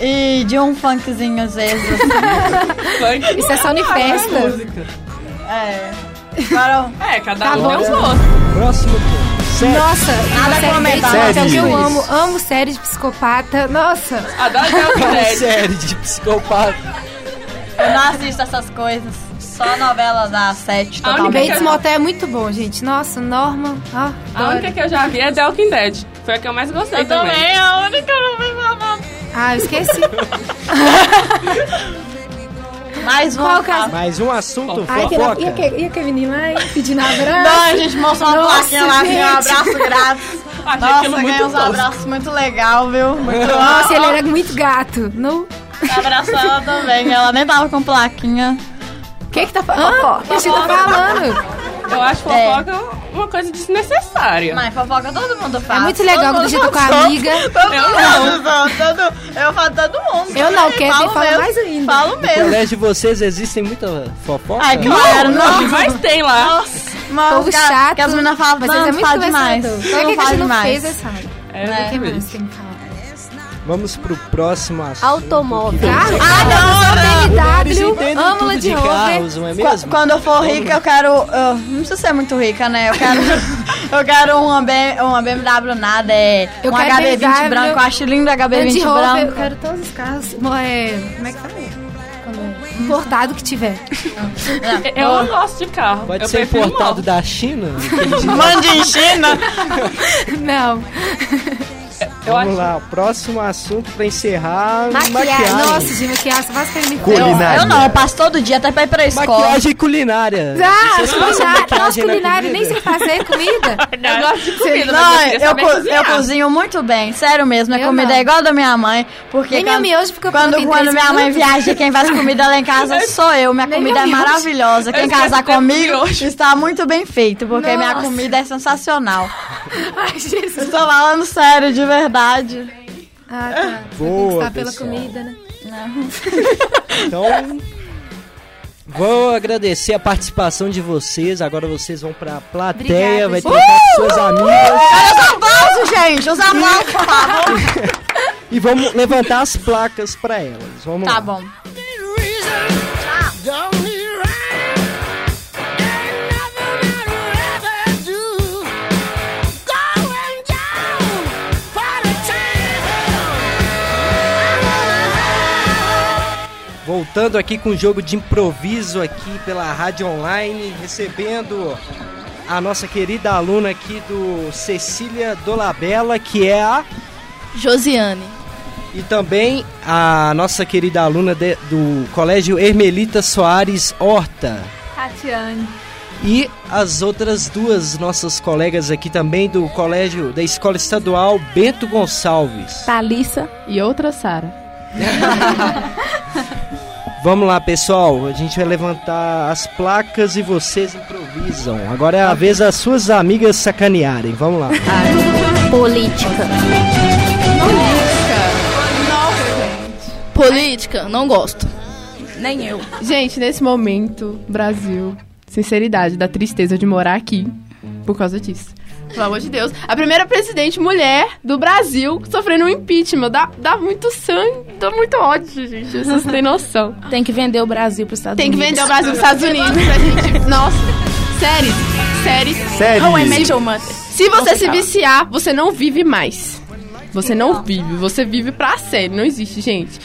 [SPEAKER 25] e de um funkzinho às vezes. assim.
[SPEAKER 10] Funk? Isso é só em festa.
[SPEAKER 25] É. Agora,
[SPEAKER 5] É, cada
[SPEAKER 25] Tá
[SPEAKER 5] um
[SPEAKER 25] bom.
[SPEAKER 5] tem os gostos.
[SPEAKER 3] Próximo tema. Sério.
[SPEAKER 10] Nossa,
[SPEAKER 25] Nada
[SPEAKER 10] série
[SPEAKER 25] a comentar,
[SPEAKER 10] bem-
[SPEAKER 25] série.
[SPEAKER 10] que eu
[SPEAKER 25] Série.
[SPEAKER 10] amo, amo série de psicopata. Nossa.
[SPEAKER 5] Adoro é
[SPEAKER 10] [laughs]
[SPEAKER 3] Uma série de psicopata.
[SPEAKER 25] eu não assisto essas coisas. Só novela da sete
[SPEAKER 10] A única
[SPEAKER 25] totalmente.
[SPEAKER 10] Bates Motel é muito bom, gente. Nossa, Norma. ó,
[SPEAKER 5] A única que eu já vi é The Walking Dead. Foi a que eu mais gostei
[SPEAKER 10] Eu
[SPEAKER 5] também.
[SPEAKER 10] também,
[SPEAKER 5] a
[SPEAKER 26] Ah,
[SPEAKER 5] única que eu não vi
[SPEAKER 10] Ah, eu esqueci.
[SPEAKER 25] [laughs] Mais um
[SPEAKER 3] Qual
[SPEAKER 25] caso?
[SPEAKER 3] Mais um assunto
[SPEAKER 26] é Ai, aquele,
[SPEAKER 3] fofoca.
[SPEAKER 26] e, aquele, e aquele menino lá hein, pedindo um abraço?
[SPEAKER 25] Não, a gente mostrou uma plaquinha lá, assim, um abraço grátis.
[SPEAKER 26] aquilo
[SPEAKER 25] Nossa, ganhei
[SPEAKER 26] muito
[SPEAKER 25] uns
[SPEAKER 26] tosco.
[SPEAKER 25] abraços muito legal, viu? Muito
[SPEAKER 26] Nossa, ele era muito gato. No...
[SPEAKER 25] Abraçou ela também, ela nem tava com plaquinha.
[SPEAKER 26] O que que tá
[SPEAKER 25] Ah,
[SPEAKER 26] falando? O que você tá falando?
[SPEAKER 27] Eu acho fofoca uma coisa desnecessária.
[SPEAKER 25] É. Mas fofoca todo mundo faz.
[SPEAKER 26] É muito legal quando a gente tá com a amiga.
[SPEAKER 25] Eu não, todo, eu falo todo mundo.
[SPEAKER 26] Eu não, Kevin
[SPEAKER 25] Falo
[SPEAKER 26] fala
[SPEAKER 25] mesmo,
[SPEAKER 26] mais ainda.
[SPEAKER 25] Falo
[SPEAKER 3] No colégio
[SPEAKER 25] mesmo.
[SPEAKER 3] de vocês existem muita
[SPEAKER 27] é
[SPEAKER 3] fofoca?
[SPEAKER 25] Ai, claro, não.
[SPEAKER 27] tem lá.
[SPEAKER 25] Nossa, mano,
[SPEAKER 26] Povo
[SPEAKER 25] os caras-
[SPEAKER 26] chato.
[SPEAKER 25] Que as meninas falam,
[SPEAKER 26] Mas vocês é
[SPEAKER 25] tanto,
[SPEAKER 26] muito
[SPEAKER 25] fala demais.
[SPEAKER 26] conversador.
[SPEAKER 25] Todo
[SPEAKER 26] É que
[SPEAKER 25] mundo
[SPEAKER 26] a
[SPEAKER 25] fala
[SPEAKER 26] gente não
[SPEAKER 25] demais.
[SPEAKER 26] fez essa área.
[SPEAKER 25] É,
[SPEAKER 26] O que
[SPEAKER 25] né?
[SPEAKER 26] mais tem que falar?
[SPEAKER 3] Vamos pro próximo assunto.
[SPEAKER 1] Automóvel.
[SPEAKER 25] Ah,
[SPEAKER 3] Mulheres entendem tudo de carros, não é mesmo?
[SPEAKER 25] Quando eu for rica, eu quero. eu não preciso ser muito rica, né? Eu
[SPEAKER 26] [laughs]
[SPEAKER 25] quero. eu quero uma, B, uma BMW nada, é.
[SPEAKER 26] Eu
[SPEAKER 25] um
[SPEAKER 26] quero
[SPEAKER 25] HB20
[SPEAKER 26] BMW,
[SPEAKER 25] branco. Eu acho lindo o HB20
[SPEAKER 26] Land Rover,
[SPEAKER 25] branco.
[SPEAKER 26] Eu quero todos os carros. é? mo- é, como é que fala? Quando- Importado que tiver. [laughs]
[SPEAKER 27] É, Eu
[SPEAKER 25] Ah,
[SPEAKER 27] não gosto de carro.
[SPEAKER 3] Pode
[SPEAKER 27] eu
[SPEAKER 3] ser
[SPEAKER 27] prefiro
[SPEAKER 3] é importado da China?
[SPEAKER 27] Mande em China?
[SPEAKER 26] Não.
[SPEAKER 3] Vamos lá, próximo assunto pra encerrar. Maquiagem.
[SPEAKER 26] Nossa, de maquiagem, você faz me
[SPEAKER 25] Eu, eu não, eu passo todo dia até tá pra ir pra escola.
[SPEAKER 3] Maquiagem É, culinária.
[SPEAKER 26] Ah,
[SPEAKER 3] Vocês fazem
[SPEAKER 26] culinária.
[SPEAKER 3] maquiagem
[SPEAKER 26] Nossa,
[SPEAKER 3] na
[SPEAKER 26] culinária, nem sei fazer comida. [laughs]
[SPEAKER 25] Eu gosto de
[SPEAKER 26] comida, mas eu
[SPEAKER 25] Não,
[SPEAKER 26] queria
[SPEAKER 25] eu,
[SPEAKER 26] saber
[SPEAKER 25] co- eu
[SPEAKER 26] cozinhar.
[SPEAKER 25] cozinho muito bem, sério mesmo. Minha
[SPEAKER 26] Eu
[SPEAKER 25] comida
[SPEAKER 26] não.
[SPEAKER 25] é igual a da minha mãe. Porque
[SPEAKER 26] Nem
[SPEAKER 25] quando,
[SPEAKER 26] meu miojo fica pronto
[SPEAKER 25] quando,
[SPEAKER 26] em
[SPEAKER 25] quando
[SPEAKER 26] três
[SPEAKER 25] minha mãe
[SPEAKER 26] minutos.
[SPEAKER 25] viaja, quem faz comida lá em casa sou eu. Minha comida é
[SPEAKER 26] meu miojo.
[SPEAKER 25] maravilhosa.
[SPEAKER 26] Eu
[SPEAKER 25] Quem
[SPEAKER 26] esqueci
[SPEAKER 25] casar
[SPEAKER 26] até do
[SPEAKER 25] comigo
[SPEAKER 26] miojo.
[SPEAKER 25] está muito bem feito, porque minha
[SPEAKER 26] Nossa.
[SPEAKER 25] comida é sensacional.
[SPEAKER 26] Ai, Jesus.
[SPEAKER 25] Estou falando sério, de verdade.
[SPEAKER 26] Ah, tá. Você
[SPEAKER 3] Boa,
[SPEAKER 26] conquistar pela
[SPEAKER 3] pessoal.
[SPEAKER 26] comida, né? [laughs]
[SPEAKER 3] Então, vou agradecer a participação de vocês. Agora vocês vão pra plateia,
[SPEAKER 25] Obrigada,
[SPEAKER 3] vai
[SPEAKER 25] gente. Uh!
[SPEAKER 3] trocar com suas amigas.
[SPEAKER 25] Olha os aplausos, gente! Os aplausos, por favor.
[SPEAKER 3] E vamos levantar as placas pra elas. Vamos
[SPEAKER 25] Tá
[SPEAKER 3] lá.
[SPEAKER 25] bom.
[SPEAKER 3] Voltando aqui com o jogo de improviso aqui pela Rádio Online, recebendo a nossa querida aluna aqui do Cecília Dolabella, que é a
[SPEAKER 28] Josiane.
[SPEAKER 3] e também a nossa querida aluna de- do Colégio Hermelita Soares Horta.
[SPEAKER 28] Tatiane.
[SPEAKER 3] E as outras duas nossas colegas aqui também do colégio da Escola Estadual Bento Gonçalves.
[SPEAKER 28] Thalissa. E outra Sara.
[SPEAKER 3] Vamos lá, pessoal. A gente vai levantar as placas e vocês improvisam. Agora é a vez das suas amigas sacanearem.
[SPEAKER 28] [laughs]
[SPEAKER 3] Vamos lá.
[SPEAKER 28] Política. Política, não gosto. Nem eu.
[SPEAKER 21] Gente, nesse momento, Brasil, sinceridade, da tristeza de morar aqui por causa disso. Pelo amor de Deus. A primeira presidente mulher do Brasil sofrendo um impeachment. Dá, dá muito sangue, dá muito ódio, gente. Vocês não têm noção.
[SPEAKER 28] Tem que vender o Brasil para os Estados
[SPEAKER 21] Tem que
[SPEAKER 28] Unidos.
[SPEAKER 21] vender o Brasil pros Estados Unidos pra gente. Nossa. Séries. Séries.
[SPEAKER 28] Séries.
[SPEAKER 21] How I Met Your Mother. Se você se
[SPEAKER 28] Complicado.
[SPEAKER 21] viciar, você não vive mais. Você não vive. Você vive pra série. Não existe, gente.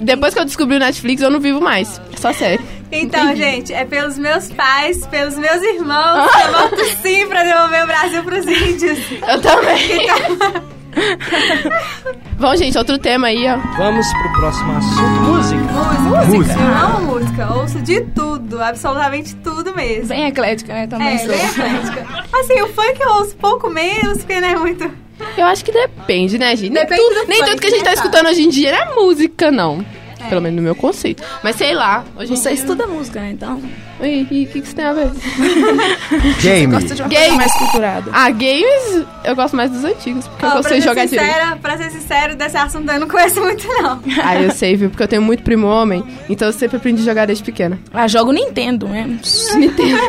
[SPEAKER 21] Depois que eu descobri o Netflix, eu não vivo mais. É Só série.
[SPEAKER 28] Então, gente, é pelos meus pais, pelos meus irmãos, que
[SPEAKER 21] [laughs]
[SPEAKER 28] eu voto sim pra devolver o Brasil pros índios. tá
[SPEAKER 21] Eu também. Bom, gente, outro tema aí, ó.
[SPEAKER 3] Vamos pro próximo assunto. Música.
[SPEAKER 28] Música.
[SPEAKER 3] Música.
[SPEAKER 28] Eu amo música. Ouço de tudo, absolutamente tudo mesmo. Bem eclética, né?
[SPEAKER 26] Também
[SPEAKER 28] é,
[SPEAKER 26] sou.
[SPEAKER 28] Bem eclética. Assim, o funk eu ouço pouco menos, porque não é muito.
[SPEAKER 21] Eu acho que depende, né, gente? Nem,
[SPEAKER 28] Depende
[SPEAKER 21] tudo-
[SPEAKER 28] do
[SPEAKER 21] nem
[SPEAKER 28] funk,
[SPEAKER 21] tudo que a gente tá
[SPEAKER 28] né,
[SPEAKER 21] escutando
[SPEAKER 28] Fábio?
[SPEAKER 21] hoje em dia é música, não. Pelo menos no meu conceito. Mas sei lá. Hoje
[SPEAKER 28] Você
[SPEAKER 21] em dia...
[SPEAKER 28] estuda música, né? Então.
[SPEAKER 21] Ui, e o que, que isso tem a ver?
[SPEAKER 2] Game.
[SPEAKER 21] Games.
[SPEAKER 28] culturada.
[SPEAKER 21] Ah, games eu gosto mais dos antigos, porque
[SPEAKER 28] Ó,
[SPEAKER 21] eu
[SPEAKER 28] pra
[SPEAKER 21] sei
[SPEAKER 28] ser
[SPEAKER 21] jogar direito.
[SPEAKER 28] sincera, Pra ser sincero, desse assunto eu não conheço muito, não.
[SPEAKER 21] [laughs] Ah, eu sei, viu? Porque eu tenho muito primo homem, então eu sempre aprendi a jogar desde pequena.
[SPEAKER 28] Ah, jogo Nintendo, né?
[SPEAKER 21] [laughs] Nintendo.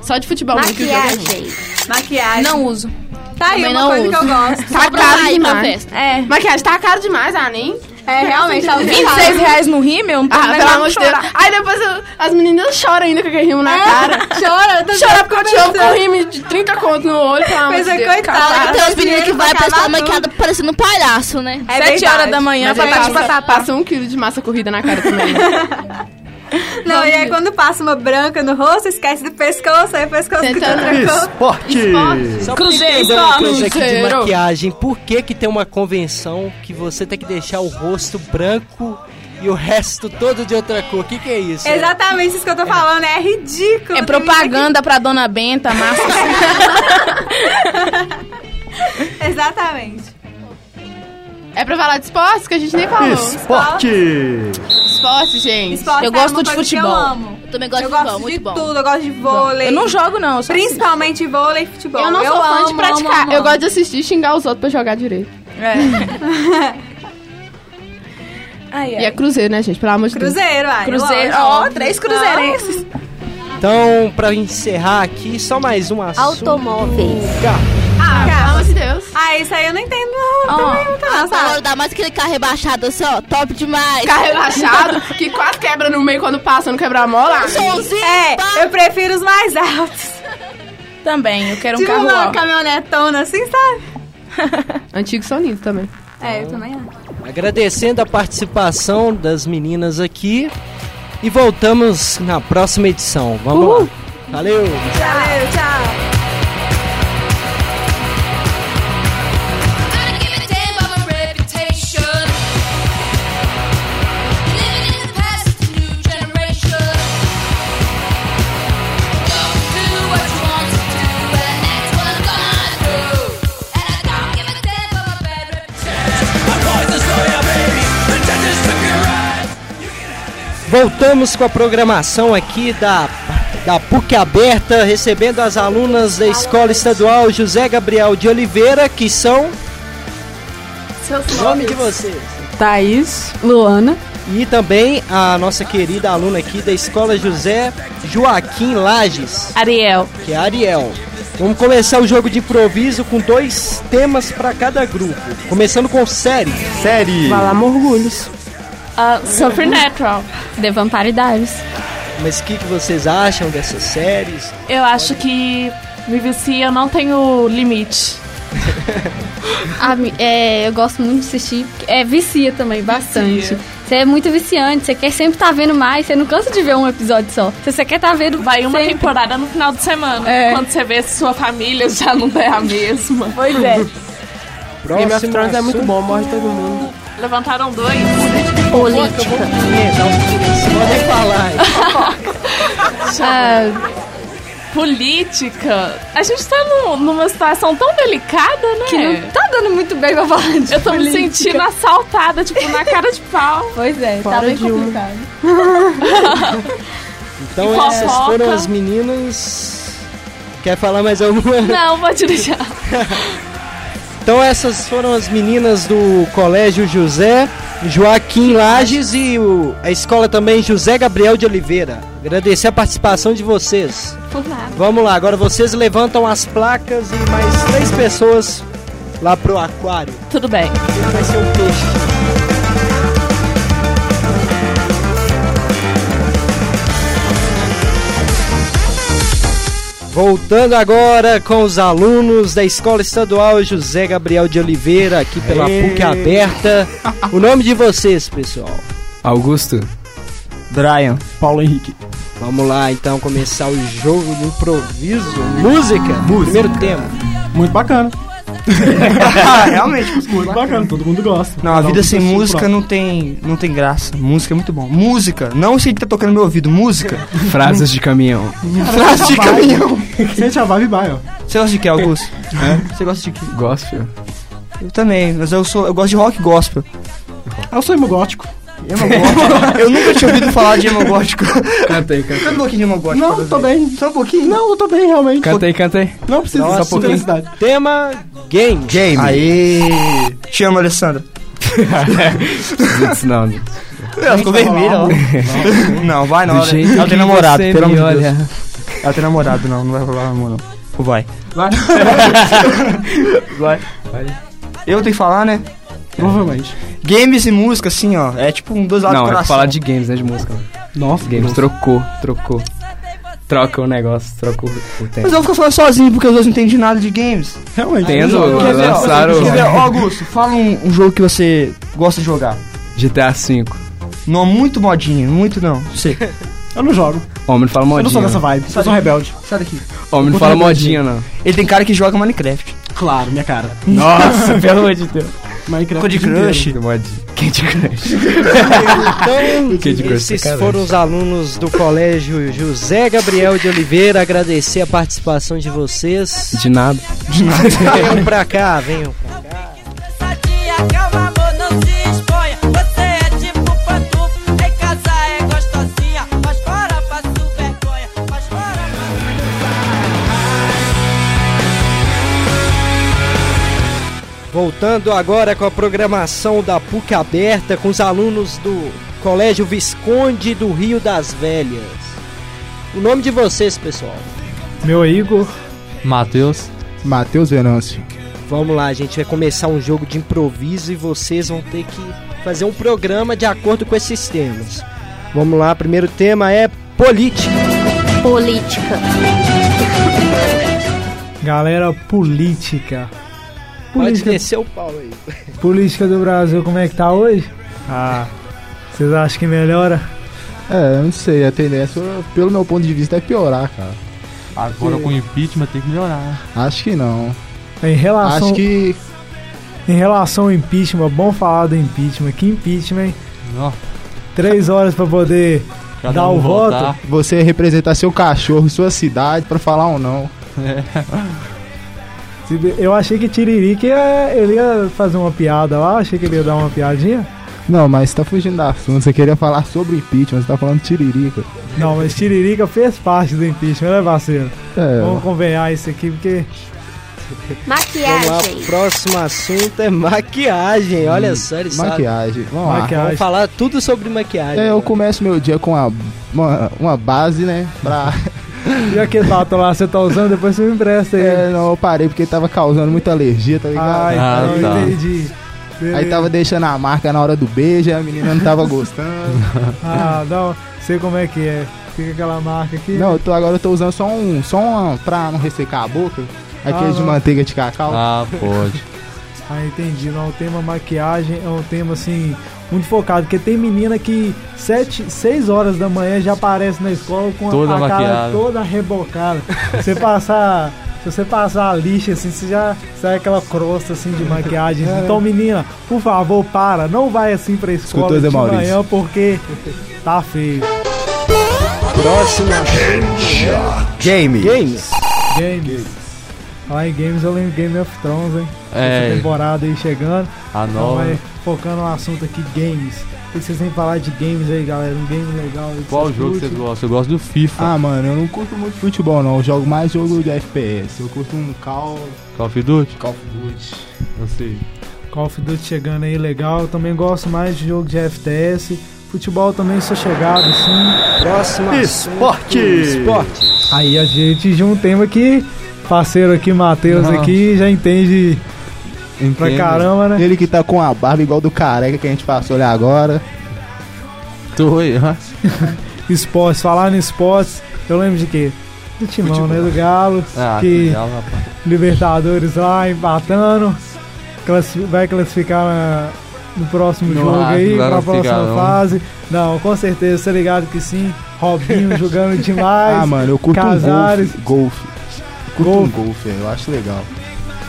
[SPEAKER 21] Só de futebol. né, que eu jogo muito.
[SPEAKER 28] Maquiagem. Não uso. Tá aí
[SPEAKER 21] Também
[SPEAKER 28] uma
[SPEAKER 21] não
[SPEAKER 28] coisa que eu
[SPEAKER 21] uso.
[SPEAKER 28] gosto.
[SPEAKER 21] Tá
[SPEAKER 28] Só pra
[SPEAKER 21] caro
[SPEAKER 28] sair pra
[SPEAKER 21] demais.
[SPEAKER 28] festa.
[SPEAKER 21] É. Maquiagem tá caro demais, ah, nem.
[SPEAKER 28] É,
[SPEAKER 21] [laughs]
[SPEAKER 28] realmente, tá 26 reais no
[SPEAKER 14] um
[SPEAKER 28] rímel, não tô
[SPEAKER 21] Ah,
[SPEAKER 28] nem
[SPEAKER 21] pelo
[SPEAKER 28] lá
[SPEAKER 21] amor de Deus.
[SPEAKER 28] chorar.
[SPEAKER 21] Aí depois eu- as meninas choram ainda com aquele rimo na
[SPEAKER 28] É,
[SPEAKER 21] cara.
[SPEAKER 28] chora, eu
[SPEAKER 21] [laughs]
[SPEAKER 28] também
[SPEAKER 21] Chora
[SPEAKER 28] fico
[SPEAKER 21] porque eu te amo com um
[SPEAKER 28] pensando.
[SPEAKER 21] rime de 30 conto no olho, pelo amor de
[SPEAKER 28] Pois é,
[SPEAKER 21] Deus.
[SPEAKER 28] coitada,
[SPEAKER 21] Capaz.
[SPEAKER 28] tem umas meninas que vai pra escola maquiada parecendo um palhaço, né? É
[SPEAKER 21] Sete
[SPEAKER 28] verdade. Mas
[SPEAKER 21] pra
[SPEAKER 28] é
[SPEAKER 21] bater
[SPEAKER 28] massa.
[SPEAKER 21] pra passa um quilo de massa corrida na cara também. né?
[SPEAKER 28] [laughs] Não, e aí quando passa uma branca no rosto, esquece do pescoço, aí o pescoço que tá trancou.
[SPEAKER 3] Esporte. Só pra
[SPEAKER 28] Cruzeiro.
[SPEAKER 3] entender uma coisa aqui de
[SPEAKER 28] Cruzeiro.
[SPEAKER 3] maquiagem. Por que que tem uma convenção que você tem que deixar o rosto branco e o resto todo de outra cor. O que, que é isso?
[SPEAKER 28] Exatamente isso que eu tô falando, é ridículo.
[SPEAKER 21] É propaganda pra Dona Benta,
[SPEAKER 28] [laughs]
[SPEAKER 21] massa.
[SPEAKER 28] Exatamente.
[SPEAKER 21] É pra falar de esporte que a gente nem falou.
[SPEAKER 4] Esporte!
[SPEAKER 21] Esporte, gente.
[SPEAKER 28] Esporte
[SPEAKER 21] eu
[SPEAKER 28] é
[SPEAKER 21] gosto
[SPEAKER 28] uma
[SPEAKER 21] de
[SPEAKER 28] coisa que
[SPEAKER 21] futebol.
[SPEAKER 28] eu amo.
[SPEAKER 21] também gosto
[SPEAKER 28] eu
[SPEAKER 21] de futebol,
[SPEAKER 28] gosto
[SPEAKER 21] muito
[SPEAKER 28] de
[SPEAKER 21] bom.
[SPEAKER 28] tudo, eu gosto de vôlei.
[SPEAKER 21] Eu não jogo, não. eu sou
[SPEAKER 28] Principalmente vôlei e futebol.
[SPEAKER 21] Eu não sou fã de
[SPEAKER 28] amo,
[SPEAKER 21] praticar,
[SPEAKER 28] amo, amo.
[SPEAKER 21] eu gosto de assistir e xingar os outros pra jogar direito. [laughs]
[SPEAKER 28] É.
[SPEAKER 21] E é cruzeiro, né, gente? Pelo amor de
[SPEAKER 28] Cruzeiro,
[SPEAKER 21] Deus.
[SPEAKER 28] ai.
[SPEAKER 21] Cruzeiro,
[SPEAKER 28] lógico.
[SPEAKER 21] ó, três cruzeirenses.
[SPEAKER 3] Então, pra encerrar aqui, só mais um assunto.
[SPEAKER 28] Automóveis.
[SPEAKER 21] Ah,
[SPEAKER 28] pelo amor
[SPEAKER 21] de Deus.
[SPEAKER 28] Ah, isso aí eu não entendo.
[SPEAKER 29] Ó,
[SPEAKER 28] Não, também não,
[SPEAKER 29] ah,
[SPEAKER 28] tá,
[SPEAKER 29] agora
[SPEAKER 28] sabe?
[SPEAKER 29] dá mais aquele carro rebaixado assim, ó, top demais.
[SPEAKER 21] Carro rebaixado, que quase quebra no meio quando passa, não quebra a mola.
[SPEAKER 29] assim, tá?
[SPEAKER 28] É, eu prefiro os mais altos.
[SPEAKER 21] Também, eu quero um
[SPEAKER 28] Tipo
[SPEAKER 21] carro
[SPEAKER 28] uma
[SPEAKER 21] alto.
[SPEAKER 28] caminhonetona assim, sabe?
[SPEAKER 21] Antigos são lindos também.
[SPEAKER 28] É, eu também acho.
[SPEAKER 3] Agradecendo a participação das meninas aqui. E voltamos na próxima edição. Vamos lá. Valeu!
[SPEAKER 28] Valeu, tchau.
[SPEAKER 3] Voltamos com a programação aqui da, da PUC Aberta, recebendo as alunas da Escola Estadual José Gabriel de Oliveira, que são nome de vocês.
[SPEAKER 5] Thaís, Luana.
[SPEAKER 3] E também a nossa querida aluna aqui da Escola José Joaquim Lages.
[SPEAKER 21] Ariel.
[SPEAKER 3] Que é a Ariel. Vamos começar o jogo de improviso com dois temas para cada grupo. Começando com série.
[SPEAKER 4] Série.
[SPEAKER 5] Vai lá, Morgulhos.
[SPEAKER 13] Ah, Supernatural. The Vampire Diaries.
[SPEAKER 3] Mas o que, que vocês acham dessas séries?
[SPEAKER 5] Eu acho que me vicia, eu não tenho
[SPEAKER 21] [laughs]
[SPEAKER 5] limite.
[SPEAKER 13] Ah, mi- é, eu gosto muito de assistir. É, vicia também, bastante. Você é muito viciante, você quer sempre estar vendo mais, você não cansa de ver um episódio só. Você só quer estar vendo. Vai
[SPEAKER 5] uma temporada no final de semana.
[SPEAKER 13] É.
[SPEAKER 5] Quando você vê sua família já não é a mesma.
[SPEAKER 13] Pois é.
[SPEAKER 5] Game of Thrones é muito
[SPEAKER 4] bom, morre todo mundo.
[SPEAKER 5] Levantaram dois.
[SPEAKER 13] Política.
[SPEAKER 3] Pode falar.
[SPEAKER 5] [laughs] Ah, É, política. A gente tá num- numa situação tão delicada, né?
[SPEAKER 13] Que não tá dando muito bem pra falar de
[SPEAKER 5] Eu tô me
[SPEAKER 13] política.
[SPEAKER 5] sentindo assaltada, tipo, na cara de pau.
[SPEAKER 13] Pois é,
[SPEAKER 5] Fora um.
[SPEAKER 13] tá bem
[SPEAKER 5] Dilma.
[SPEAKER 13] complicado. [laughs]
[SPEAKER 3] Então
[SPEAKER 5] E
[SPEAKER 3] essas
[SPEAKER 5] fofoca.
[SPEAKER 3] foram as meninas. Quer falar mais alguma?
[SPEAKER 5] [laughs] Não, pode deixar.
[SPEAKER 3] Então essas foram as meninas do Colégio José Joaquim Lages e o- a escola também José Gabriel de Oliveira. Agradecer a participação de vocês.
[SPEAKER 13] Por nada.
[SPEAKER 3] Vamos lá, agora vocês levantam as placas e mais três pessoas lá pro aquário.
[SPEAKER 5] Tudo bem.
[SPEAKER 3] Vai ser um peixe. Voltando agora com os alunos da Escola Estadual José Gabriel de Oliveira, aqui pela
[SPEAKER 1] Aê.
[SPEAKER 3] PUC aberta. O nome de vocês, pessoal?
[SPEAKER 1] Augusto. Brian. Paulo Henrique.
[SPEAKER 3] Vamos lá, então, começar o jogo do improviso. Música, primeiro tema.
[SPEAKER 1] [laughs]
[SPEAKER 4] Muito bacana.
[SPEAKER 1] É,
[SPEAKER 4] Realmente, muito bacana. todo mundo gosta.
[SPEAKER 1] Não, a vida sem música não tem, não tem graça. Música é muito bom. Música, não se ele tá tocando no meu ouvido, música.
[SPEAKER 4] Frases
[SPEAKER 1] [laughs]
[SPEAKER 4] de caminhão.
[SPEAKER 1] Frase de caminhão.
[SPEAKER 4] Sente a vibe e vai, ó.
[SPEAKER 1] Você gosta de que, Augusto? Você gosta de que? Gospel. Eu também, mas eu sou. Eu gosto de rock gospel.
[SPEAKER 4] Eu sou hemogótico.
[SPEAKER 1] [laughs] Hemogótico? eu nunca tinha ouvido falar de hemogótico.
[SPEAKER 4] Cantei, cantei.
[SPEAKER 1] Canta um pouquinho de hemogótico.
[SPEAKER 4] Não, tô bem. Só um pouquinho? Não, eu tô bem, realmente.
[SPEAKER 1] Cantei, cantei.
[SPEAKER 4] Não precisa,
[SPEAKER 1] Nossa,
[SPEAKER 4] só um pouquinho.
[SPEAKER 3] Tema game.
[SPEAKER 1] Game. Aê! Te amo, Alessandra. [laughs]
[SPEAKER 4] não.
[SPEAKER 1] Ela
[SPEAKER 4] tá
[SPEAKER 1] ficou vermelha lá. Não, vai não.
[SPEAKER 4] Do
[SPEAKER 1] Ela,
[SPEAKER 4] jeito
[SPEAKER 1] ela tem
[SPEAKER 4] que
[SPEAKER 1] namorado,
[SPEAKER 4] você
[SPEAKER 1] pelo
[SPEAKER 4] me
[SPEAKER 1] amor de Deus.
[SPEAKER 4] olha.
[SPEAKER 1] Ela tem namorado, não. Não vai falar amor, não. Ou vai?
[SPEAKER 4] Vai.
[SPEAKER 1] Vai. Eu tenho que falar, né?
[SPEAKER 4] Provavelmente.
[SPEAKER 1] Games e música, assim, ó. É tipo um dois lados
[SPEAKER 4] Não,
[SPEAKER 1] do
[SPEAKER 4] é
[SPEAKER 1] coração.
[SPEAKER 4] falar de games, né? De música. Nossa,
[SPEAKER 1] games.
[SPEAKER 4] Trocou, trocou. Troca o negócio, troca o, o tempo. É
[SPEAKER 1] Mas eu fico falando sozinho porque os dois não entendem nada de games.
[SPEAKER 4] Realmente.
[SPEAKER 1] Quer ver,
[SPEAKER 4] Entendo,
[SPEAKER 1] ó,
[SPEAKER 4] lançaram-
[SPEAKER 1] Quer ver, ó, Augusto, fala um, um jogo que você gosta de jogar.
[SPEAKER 4] GTA V.
[SPEAKER 1] Não, muito modinho, muito não. Você.
[SPEAKER 4] Eu não jogo. Homem, fala modinha.
[SPEAKER 1] Eu não sou dessa vibe,
[SPEAKER 4] Sai
[SPEAKER 1] eu sou um
[SPEAKER 4] daqui.
[SPEAKER 1] rebelde. Sai daqui.
[SPEAKER 4] Homem, não
[SPEAKER 1] Muito
[SPEAKER 4] fala
[SPEAKER 1] rebelde.
[SPEAKER 4] modinha, não.
[SPEAKER 1] Ele tem né? cara que joga Minecraft.
[SPEAKER 4] Claro, minha cara.
[SPEAKER 1] [laughs]
[SPEAKER 4] [laughs]
[SPEAKER 1] Nossa, pelo
[SPEAKER 4] amor de Deus.
[SPEAKER 30] Minecraft
[SPEAKER 1] Candy Crush.
[SPEAKER 30] inteiro.
[SPEAKER 1] Candy Crush. Candy
[SPEAKER 3] então,
[SPEAKER 1] Crush,
[SPEAKER 3] esses
[SPEAKER 1] sacanagem.
[SPEAKER 3] foram os alunos do colégio José Gabriel de Oliveira. Agradecer a participação de
[SPEAKER 1] [laughs]
[SPEAKER 3] vocês.
[SPEAKER 1] De nada. De nada.
[SPEAKER 3] Venham pra cá, venham.
[SPEAKER 8] Calma, amor, não se exponha. Você é tipo pantufa. Em casa é gostosinha. Mas fora passo vergonha. Mas fora
[SPEAKER 3] Voltando agora com a programação da PUC aberta com os alunos do Colégio Visconde do Rio das Velhas. O nome de vocês, pessoal.
[SPEAKER 30] Meu é Igor.
[SPEAKER 18] Matheus.
[SPEAKER 30] Matheus Venâncio.
[SPEAKER 3] Vamos lá, gente vai começar um jogo de improviso e vocês vão ter que fazer um programa de acordo com esses temas. Vamos lá, primeiro tema é política.
[SPEAKER 11] Política.
[SPEAKER 31] Galera, política.
[SPEAKER 3] Pode
[SPEAKER 31] Política,
[SPEAKER 3] descer o pau aí.
[SPEAKER 31] política do Brasil, como é que tá hoje?
[SPEAKER 30] Ah.
[SPEAKER 31] Vocês acham que melhora?
[SPEAKER 30] É, eu não sei, a tendência, pelo meu ponto de vista, é piorar, cara.
[SPEAKER 18] Agora com o impeachment tem que melhorar. [laughs]
[SPEAKER 30] Acho que não.
[SPEAKER 31] Em relação.
[SPEAKER 30] Acho que.
[SPEAKER 31] Em relação ao impeachment, bom falar do impeachment. Que impeachment, hein?
[SPEAKER 18] Ó.
[SPEAKER 31] Três horas pra poder
[SPEAKER 30] Cada
[SPEAKER 31] dar
[SPEAKER 30] um
[SPEAKER 31] o
[SPEAKER 30] votar.
[SPEAKER 31] voto.
[SPEAKER 30] Você representar seu cachorro, sua cidade, pra falar ou não.
[SPEAKER 18] É.
[SPEAKER 31] Se be- Eu achei que Tiririca ia, ele ia fazer uma piada lá, achei que ele ia dar uma piadinha.
[SPEAKER 30] Não, mas você tá fugindo do assunto. Você queria falar sobre impeachment, você tá falando tiririca.
[SPEAKER 31] Não, mas Tiririca fez parte do impeachment, né, parceiro?
[SPEAKER 30] É.
[SPEAKER 31] Vamos convenhar isso aqui, porque.
[SPEAKER 3] Vamos lá, o próximo assunto é maquiagem. Olha só, ele sabe.
[SPEAKER 30] Maquiagem, vamos lá.
[SPEAKER 3] Vamos falar tudo sobre maquiagem.
[SPEAKER 30] É, eu começo meu dia com uma, uma, uma base, né? Pra.
[SPEAKER 31] E aquele bato lá você [laughs] tá usando, depois você me empresta aí.
[SPEAKER 30] É, não, eu parei porque tava causando muita alergia, tá ligado?
[SPEAKER 31] Ai,
[SPEAKER 30] Ah,
[SPEAKER 31] então,
[SPEAKER 30] tá.
[SPEAKER 31] entendi.
[SPEAKER 30] Aí tava deixando a marca na hora do beijo, aí a menina não tava
[SPEAKER 31] [laughs]
[SPEAKER 30] gostando.
[SPEAKER 31] Ah, não, sei como é que é. Fica aquela marca aqui.
[SPEAKER 30] Não, eu tô, agora eu tô usando só um, só um pra não ressecar a boca. Aquele
[SPEAKER 31] Ah,
[SPEAKER 30] de
[SPEAKER 31] não.
[SPEAKER 30] manteiga de cacau.
[SPEAKER 18] Ah, pode.
[SPEAKER 31] Ah, entendi. Não, o tema maquiagem é um tema assim muito focado, porque tem menina que 7, 6 horas da manhã já aparece na escola com a-
[SPEAKER 18] Toda
[SPEAKER 31] a cara
[SPEAKER 18] maquiada.
[SPEAKER 31] toda rebocada. Você passar, se você passar a lixa assim, você já sai aquela crosta assim de maquiagem.
[SPEAKER 30] É.
[SPEAKER 31] Então, menina, por favor, para, não vai assim pra escola
[SPEAKER 30] Escutou, Zé
[SPEAKER 31] de
[SPEAKER 30] Maurício?
[SPEAKER 31] manhã porque tá feio.
[SPEAKER 3] Próximo. [laughs]
[SPEAKER 2] Games.
[SPEAKER 3] Games.
[SPEAKER 31] Games. Falar em games, eu lembro Game of Thrones, hein?
[SPEAKER 18] É.
[SPEAKER 31] Essa temporada aí chegando.
[SPEAKER 18] A
[SPEAKER 31] Então,
[SPEAKER 18] nova.
[SPEAKER 31] é, focando no assunto aqui, games. O que vocês têm que falar de games aí, galera? Um game legal. aí que
[SPEAKER 18] Qual
[SPEAKER 31] vocês
[SPEAKER 18] jogo
[SPEAKER 31] curtem?
[SPEAKER 18] vocês gostam? Eu gosto do FIFA.
[SPEAKER 30] Ah, mano, eu não curto muito futebol, não. Eu jogo mais jogo de FPS. Eu curto um Call,
[SPEAKER 18] Call of Duty?
[SPEAKER 30] Call of Duty.
[SPEAKER 18] Eu sei.
[SPEAKER 31] Call of Duty chegando aí, legal. Eu também gosto mais de jogo de FPS. Futebol também sou chegado, sim.
[SPEAKER 3] Próximo assunto, Esporte. esportes.
[SPEAKER 31] Aí a gente de um tema que parceiro aqui, Matheus,
[SPEAKER 30] Não.
[SPEAKER 31] aqui já entende pra caramba, né?
[SPEAKER 30] Ele que tá com a barba igual do careca que a gente passou ali agora.
[SPEAKER 18] Tô aí,
[SPEAKER 31] Esportes, falar em esportes, eu lembro de quê? Do Timão, né? Do Galo.
[SPEAKER 18] Ah,
[SPEAKER 31] que
[SPEAKER 18] legal, rapaz.
[SPEAKER 31] Libertadores lá, empatando. Classi- vai classificar na- no próximo
[SPEAKER 18] Não,
[SPEAKER 31] jogo
[SPEAKER 18] ah,
[SPEAKER 31] aí,
[SPEAKER 18] não vai
[SPEAKER 31] pra
[SPEAKER 18] classificar,
[SPEAKER 31] próxima
[SPEAKER 18] não.
[SPEAKER 31] fase. Não, com certeza, tá ligado que sim. Robinho jogando demais.
[SPEAKER 30] ah, mano, eu curto
[SPEAKER 31] Casares.
[SPEAKER 30] um golfe. golfe. Eu Curto um golfe, eu acho legal.